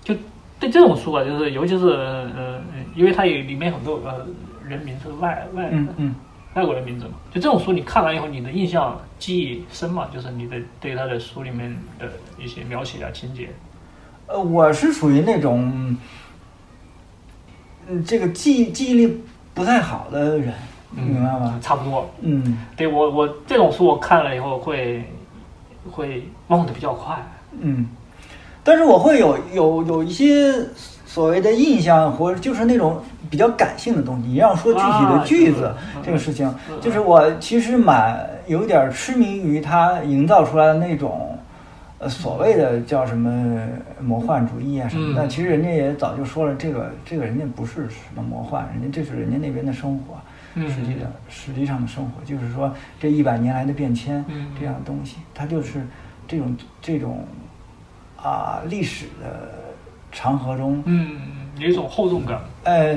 就对这种书啊，就是尤其是呃，因为它有里面很多呃人名是外外嗯嗯外国人名字嘛。就这种书，你看完以后，你的印象记忆深嘛？就是你的对他的书里面的一些描写啊、情节。呃，我是属于那种，嗯，这个记忆记忆力不太好的人，嗯嗯明白吗？差不多。嗯对我，我这种书我看了以后会会忘得比较快。嗯，但是我会有有有一些所谓的印象或者就是那种比较感性的东西，你让说具体的啊句是子的，这个事情，就是我其实蛮有点痴迷于他营造出来的那种。呃，所谓的叫什么魔幻主义啊什么的，嗯其实人家也早就说了，这个这个人家不是什么魔幻，人家这是人家那边的生活，嗯实际上实际上的生活就是说这一百年来的变迁，嗯这样的东西，它就是这种这种啊历史的长河中，嗯，有一种厚重感。呃，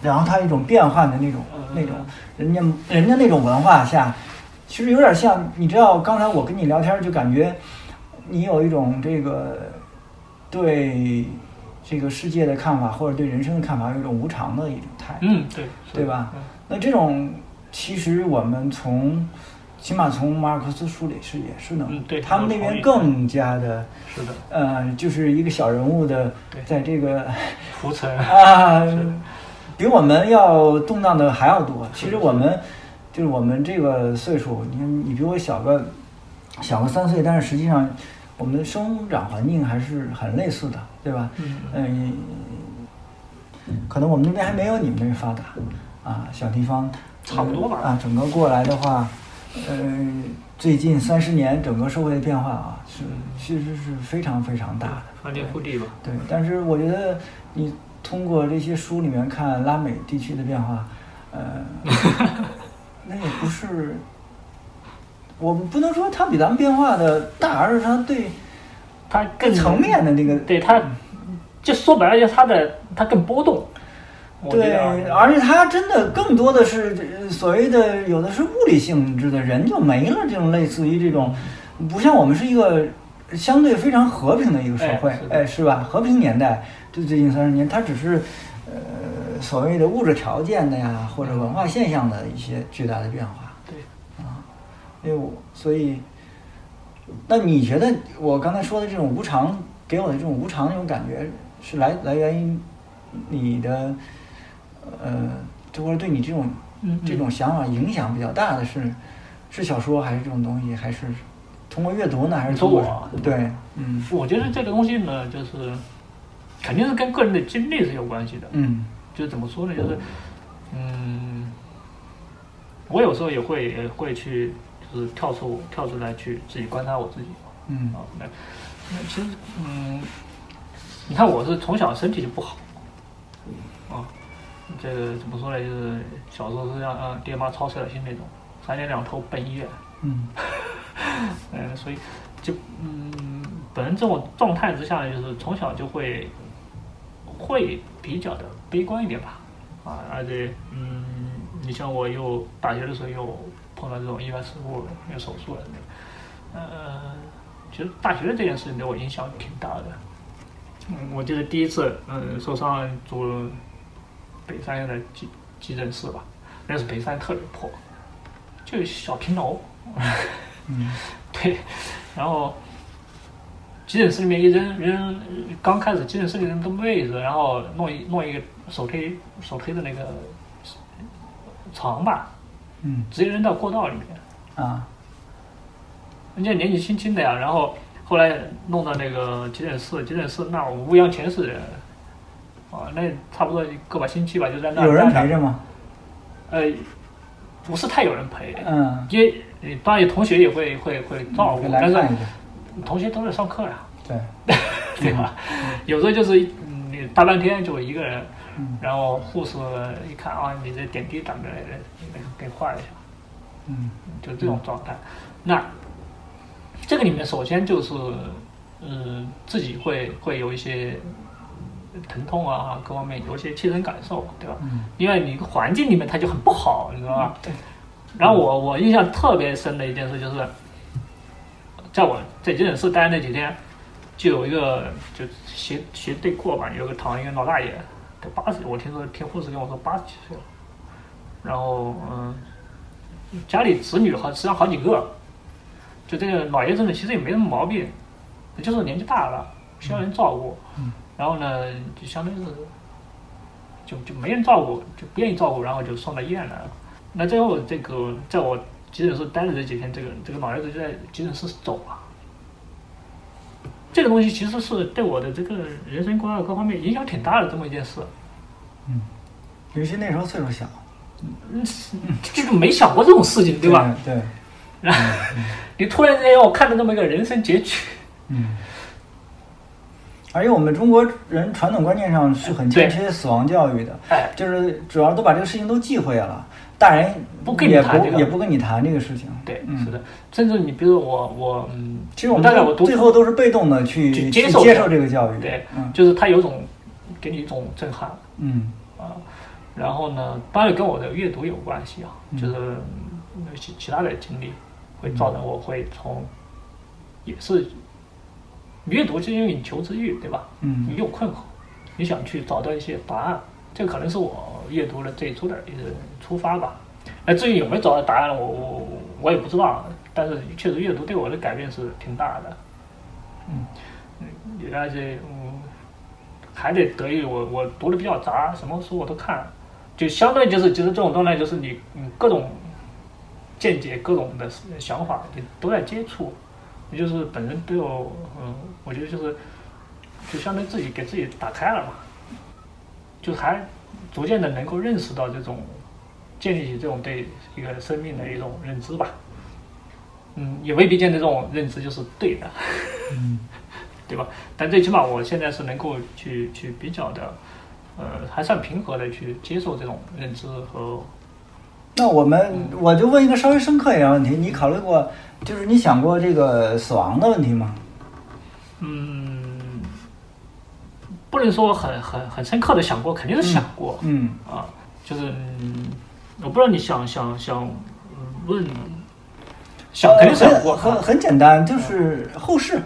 然后它一种变幻的那种嗯那种，人家人家那种文化下，其实有点像，你知道，刚才我跟你聊天就感觉你有一种这个对这个世界的看法，或者对人生的看法，有一种无常的一种态度，嗯，对，是对吧？嗯那这种其实我们从起码从马尔克斯书里是也是能，嗯对他们那我同边意更加的。是的，呃，就是一个小人物的对，在这 个浮沉。啊是的，比我们要动荡的还要多。其实是的我们就是我们这个岁数，你看你比我小个小个三岁，但是实际上我们的生长环境还是很类似的，对吧？嗯嗯、可能我们那边还没有你们那边发达啊，小地方差不多吧啊，整个过来的话，呃，最近三十年整个社会的变化啊，是嗯其实是非常非常大的。翻天覆地吧。对，但是我觉得你通过这些书里面看拉美地区的变化， 呃，那也不是，我们不能说它比咱们变化的大，而是它对它各更层面的那嗯个对它，就说白了，就是它的它更波动。我觉对得，啊而且它真的更多的是呃所谓的有的是物理性质的，人就没了这种类似于这种，不像我们是一个相对非常和平的一个社会哎是，的哎，是吧？和平年代，就最近三十年，它只是呃所谓的物质条件的呀，或嗯者文化现象的一些巨大的变化。对，因为我哎所以，那你觉得我刚才说的这种无常，给我的这种无常那种感觉，是来来源于你的，呃，就或者对你这种嗯嗯这种想法影响比较大的是，是小说还是这种东西，还是通过阅读呢，还是你说通过我啊对，嗯我觉得这个东西呢，就是肯定是跟个人的经历是有关系的。嗯就怎么说呢？就是，嗯，我有时候也会也会去，就是跳出跳出来去自己观察我自己。嗯啊，那那其实，嗯，你看我是从小身体就不好，啊，这个怎么说呢？就是小时候是让让爹妈操碎了心那种，三天两头奔医院。嗯嗯，所以就嗯，本人这种状态之下，就是从小就会会比较的悲观一点吧，啊，而且嗯，你像我又大学的时候又碰到这种意外事故，又手术了，呃，其实大学的这件事情对我影响挺大的。嗯，我记得第一次，嗯，受伤住北山的急急诊室吧，那是北山特别破，就是小平楼，嗯 对，然后急诊室里面一扔扔，刚开始急诊室里人都位置，然后弄一弄一个手推手推的那个床吧，嗯直接扔到过道里面。啊人家年纪轻轻的呀，然后后来弄到那个急诊室，急诊室那儿乌泱全是人，啊，那差不多一个把星期吧，就在那儿有人陪待着，着吗？呃，不是太有人陪，嗯，因为呃当然有同学也会会会照顾会，来但看一是下，同学都在上课呀、对，对吧？有时候就是嗯你大半天就一个人，嗯然后护士一看啊，你这点滴打没来，给换一下，嗯就这种状态。那这个里面首先就是，嗯，自己会会有一些疼痛啊，各方面有一些切身感受，对吧？嗯因为你环境里面它就很不好，你知道吧？对，然后我我印象特别深的一件事就是，在我在急诊室待那几天，就有一个就斜斜对过吧，有个躺一个老大爷，他八十，我听说听护士跟我说八十几岁了，然后嗯，家里子女好实际上好几个，就这个老爷子呢其实也没什么毛病，就是年纪大了需要人照顾，嗯然后呢就相当于是就就没人照顾，就不愿意照顾，然后就送到医院来了。那最后这个在我急诊室待的这几天，这个这个老爷子就在急诊室走了，这个东西其实是对我的这个人生观啊各方面影响挺大的这么一件事。尤其那时候岁数小，嗯，就是没想过这种事情，对吧？？对，然后你突然之间让我看到这么一个人生结局，嗯。而且我们中国人传统观念上是很欠缺死亡教育的，哎，就是主要都把这个事情都忌讳了，大人不跟你也谈不这个也不跟你谈这个事情。对，嗯是的，甚至你比如我我嗯，其实我们大概我都读最后都是被动的去去去接接受这个教育。对，嗯就是他有种给你一种震撼嗯啊。然后呢，当然跟我的阅读有关系啊，嗯就是嗯有其其他的经历会造成我会从也是阅读是因为你求知欲，对吧？你嗯有困惑，你想去找到一些答案，这可能是我阅读了最初的一个出发吧。那至于有没有找到答案，我我我也不知道，但是确实阅读对我的改变是挺大的。嗯，嗯而且嗯，还得得益于我我读的比较杂，什么书我都看，就相当于就是就是这种状态，就是你嗯各种见解、各种的想法，你都在接触，也就是本身对我嗯，我觉得就是就相当于自己给自己打开了嘛，就还逐渐的能够认识到这种，建立起这种对一个生命的一种认知吧。嗯，也未必见得这种认知就是对的， 对吧？但最起码我现在是能够去去比较的，呃，还算平和的去接受这种认知和那我们我就问一个稍微深刻一点的问题，你考虑过，就是你想过这个死亡的问题吗？嗯，不能说很很很深刻的想过，肯定是想过，嗯啊，就是、嗯、我不知道你想想想呃问，想肯定想很过呃很很简单，就是后世，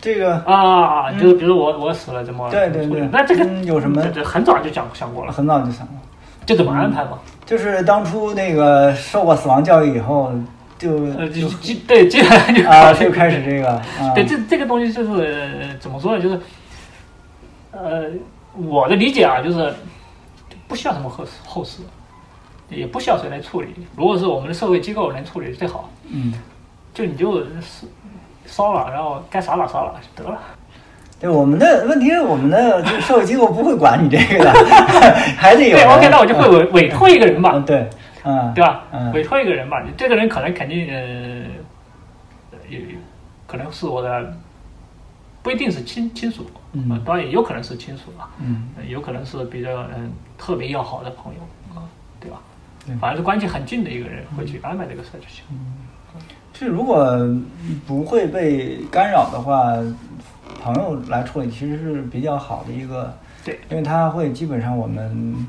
这个啊，就是比如我我死了怎么呃嗯对对处理对那这个嗯有什么这这很早就讲想过了，很早就想过，就怎么安排嘛，就是当初那个受过死亡教育以后，就呃，就就就对，接下 来就嗯啊考虑就开始这个啊，对，这这个东西就是呃怎么说呢？就是，呃，我的理解啊，就是不需要什么后后事，也不需要谁来处理。如果是我们的社会机构能处理最好，嗯，就你就是烧了，然后该啥了啥了就得了。对，我们的问题是我们的这个社会机构不会管你这个的， 还得有对人，OK，那我就会委委托一个人吧哎嗯，对，嗯对吧？嗯委托一个人吧，这个人可能肯定呃，也可能是我的，不一定是亲亲属，嗯呃当然也有可能是亲属啊。嗯呃有可能是比较嗯特别要好的朋友啊，对吧对？反正是关系很近的一个人会去安排这个事就行。嗯这如果不会被干扰的话，朋友来处理其实是比较好的一个，对，因为他会基本上我们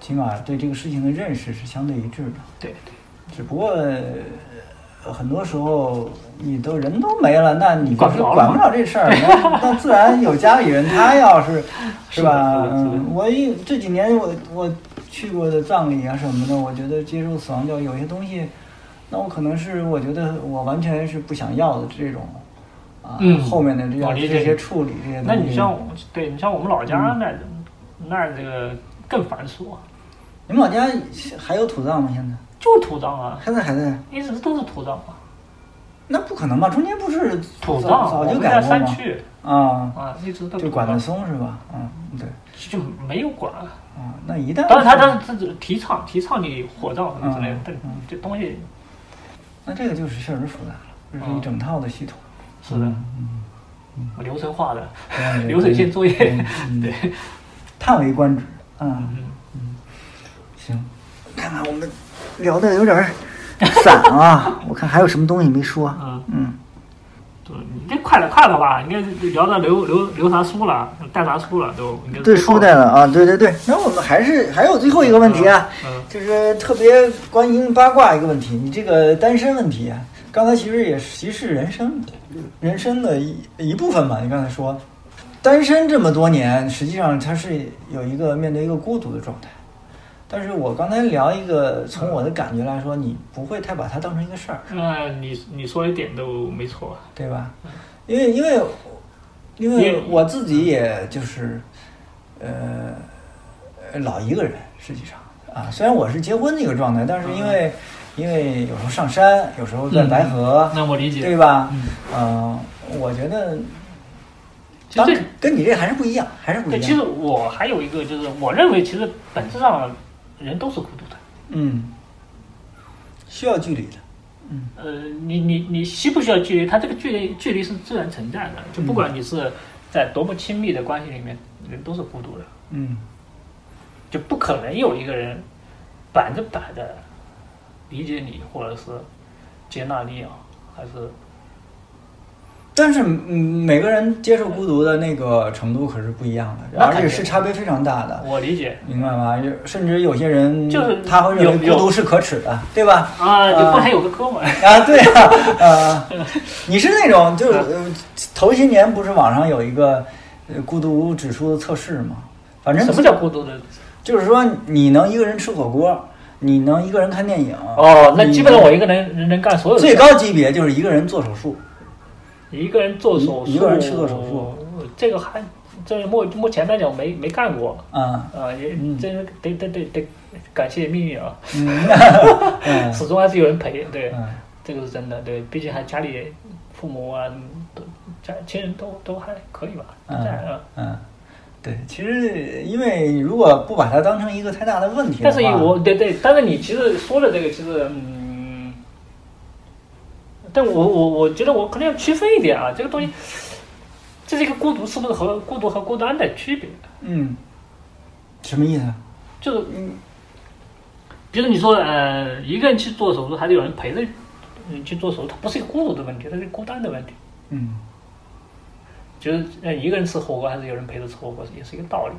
起码对这个事情的认识是相对一致的，对对，只不过呃很多时候你都人都没了，那你管就是不着了管不了这事 儿，那那自然有家里人，他要是是是的吧是？的是的嗯，我一这几年我我去过的葬礼啊什么的，我觉得接受死亡教育有些东西，那我可能是我觉得我完全是不想要的这种啊，嗯后面的这我样理解这些你处理这些东西。那你像我对你像我们老家那嗯那这个更繁琐，啊你们老家还有土葬吗？现在就土葬啊，现在还在？一直都是土葬啊，那不可能吧？中间不是早土葬，早我就们改在过山吗？区啊，啊，一直都就土管得葬，松是吧？嗯，对。就没有管。啊，那一旦当然他他自己提倡提倡你火葬什么之类的嗯，但嗯这东西那这个就是确实复杂了，这哦是一整套的系统，是的，流程化的嗯对，对啊 流水线作业，嗯 对，叹为观止。嗯，嗯。行，看看我们聊的有点儿散啊， 我看还有什么东西没说。嗯嗯，对，你这快了快了吧？应该聊到留留留啥书了，带啥书了都。应该对，书带了啊，对对对。那我们还是还有最后一个问题啊，嗯就是特别关于八卦一个问题，你这个单身问题啊，刚才其实也其实是人生人生的一一部分嘛。你刚才说，单身这么多年，实际上它是有一个面对一个孤独的状态。但是我刚才聊一个，从我的感觉来说，你不会太把它当成一个事儿，嗯那你你说一点都没错。对吧？因为因为因因为为我自己也就是呃呃老一个人，实际上啊，虽然我是结婚这个状态，但是因啊为、因为有时嗯候上山，有时候在白河，那我理解。对吧？嗯嗯、我觉得其当实这跟你这还是不一样，还是不对，一其样实。我还有一个就是，我认为其实本质上人都是孤独的。嗯，需要距离的。呃，你你你需不需要距离？它这个距离距离是自然存在的，就不管你是在多么亲密的关系里面，人都是孤独的，嗯就不可能有一个人百分之百的理解你，或者是接纳你啊，还是但是嗯，每个人接受孤独的那个程度可是不一样的，那而肯定且是差别非常大的，我理解明白吗？就甚至有些人就是他会认为有孤独是可耻的，对吧？啊，就啊不还有个哥们儿，啊，对啊， 呃，你是那种啊就是、呃头些年不是网上有一个呃孤独指数的测试吗？反正什么叫孤独的？就是说你能一个人吃火锅，你能一个人看电影。哦，那你基本上我一个人能干所有的事最高级别就是一个人做手术。一个人做手术，一一个人去做手术，这个还这目目前来讲没没干过，啊，啊，也嗯真是得得得得感谢命运啊， 嗯，嗯始终还是有人陪，对，嗯这个是真的，对，毕竟还家里父母啊，都家亲人都都还可以吧，都嗯在啊。嗯，对，其实因为如果不把它当成一个太大的问题的但话，是我对对，但是你其实说的这个其实嗯，但我我我觉得我可能要区分一点啊，这个东西，这是一个孤独是不是和孤独和孤单的区别？嗯，什么意思？就是比如你说呃，一个人去做手术，还得有人陪着你去做手术，它不是一个孤独的问题，它是一个孤单的问题。嗯就是呃，一个人吃火锅还是有人陪着吃火锅，也是一个道理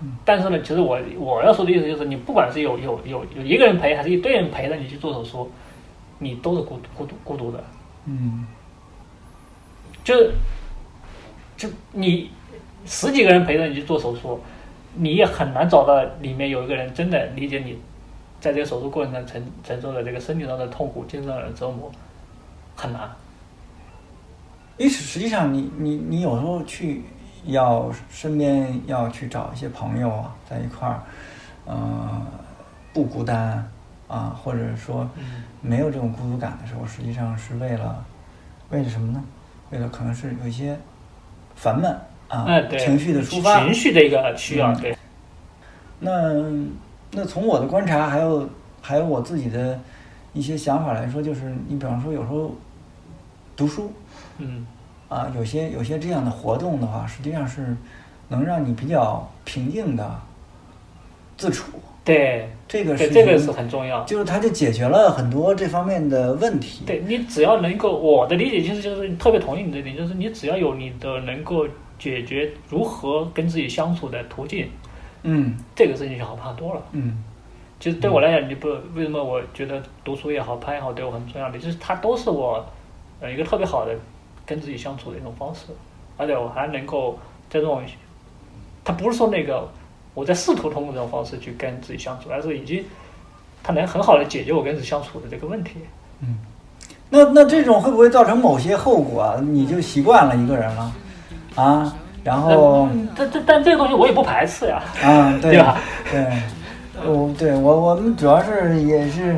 嗯。但是呢，其实我我要说的意思就是，你不管是有有有有一个人陪，还是一堆人陪着你去做手术，你都是孤独孤独孤独的。嗯就是就你十几个人陪着你去做手术，你也很难找到里面有一个人真的理解你在这个手术过程中承承受的这个身体上的痛苦、精神上的折磨，很难。因为实实际上你，你你有时候去要身边要去找一些朋友啊，在一块儿，呃，不孤单啊，或者说没有这种孤独感的时候，实际上是为了为了什么呢？为了可能是有一些烦闷啊，嗯，对，情绪的抒发，情绪的一个需要，嗯对，那那从我的观察，还有还有我自己的一些想法来说，就是你比方说有时候读书嗯，啊，有些有些这样的活动的话，实际上是能让你比较平静的自处。对，这个对，是这个是很重要。就是它就解决了很多这方面的问题。对你只要能够，我的理解其实就是特别同意你这点，就是你只要有你的能够解决如何跟自己相处的途径，嗯这个事情就好办多了。嗯其实对我来讲，你不为什么我觉得读书也好，拍也好，对我很重要的，就是它都是我呃一个特别好的跟自己相处的一种方式，而且我还能够在这种，它不是说那个我在试图通过这种方式去跟自己相处，而是已经它能很好的解决我跟自己相处的这个问题。嗯。那那这种会不会造成某些后果啊？你就习惯了一个人了啊，然后。嗯，这这但这个东西我也不排斥呀。啊，对对吧？对，我对我我们主要是也是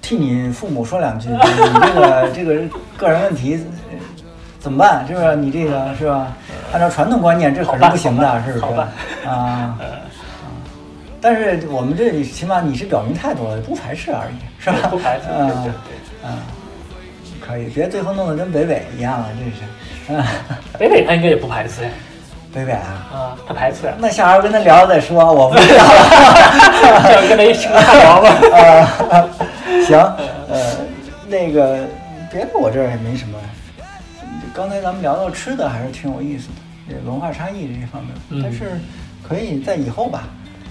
替你父母说 两句，你这个这个个人问题呃怎么办？是吧？你这个是吧？按照传统观念，这可好是办不行的，是不好呃是办？啊。但是我们这里起码你是表明态度了，不排斥而已，是吧？不排斥对啊对啊，可以，别最后弄得跟北北一样了，真是。啊，北北他应该也不排斥呀，北北啊，，啊，他排斥呀那下回跟他聊了再说，我不知道。要跟他一起聊吧。啊， 行，呃，那个别的我这儿也没什么。刚才咱们聊到吃的还是挺有意思的，这文化差异这方面，嗯但是可以在以后吧，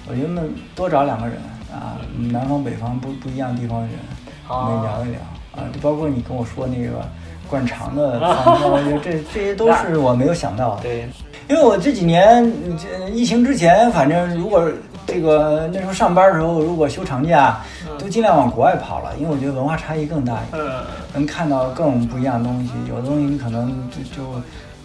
我觉得多找两个人啊，南方北方不不一样地方的人，我们哦聊一聊啊，就包括你跟我说那个灌肠的方面，我觉得这这些都是我没有想到的。对，因为我这几年嗯这疫情之前，反正如果这个那时候上班的时候，如果休长假，都尽量往国外跑了，因为我觉得文化差异更大一点，嗯，能看到各种不一样的东西。有的东西你可能就就，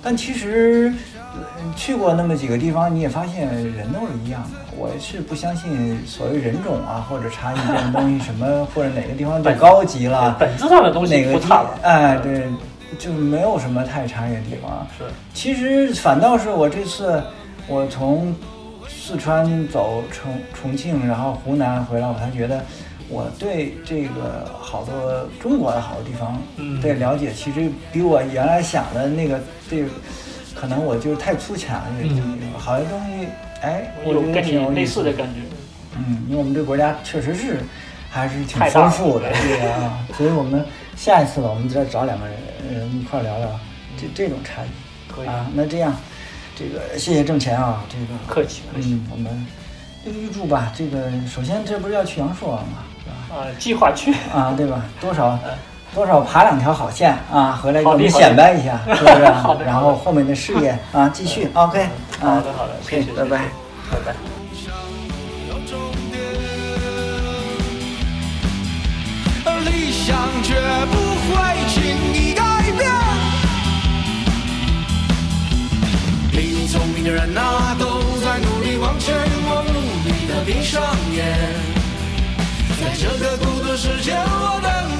但其实呃去过那么几个地方，你也发现人都是一样的。我是不相信所谓人种啊或者差异这 种东西，什么或者哪个地方就高级了，本质上的东西哪个不地差了。哎，对，就没有什么太差异的地方。是其实反倒是我这次，我从四川走重重庆，然后湖南回来，我才觉得我对这个好多中国的好多地方嗯的了解，其实比我原来想的那个这个，可能我就是太粗浅了。这个嗯好多东西，哎，我有觉得跟挺有你类意思似的感觉。嗯，因为我们这个国家确实是还是挺太大丰了富的，对啊，所以我们下一次吧，我们再找两个人人一块儿聊聊这这种差异。嗯可以啊，那这样，这个谢谢挣钱啊，这个客气客气嗯，我们这个预祝吧，这个首先这不是要去阳朔王嘛，是吧？啊，计划去，嗯啊，对吧？多少多少爬两条好线啊，回来给嗯好我的们好的显摆一下，是不是好的好啊？的嗯然后后面的事业啊，继续 OK 好啊的好的，谢，OK，谢，拜拜谢。谢，拜拜。有终点，理想绝不会轻易改变。你聪明的人啊，都在努力往前，我努力的闭上眼。在这个孤独世界，我的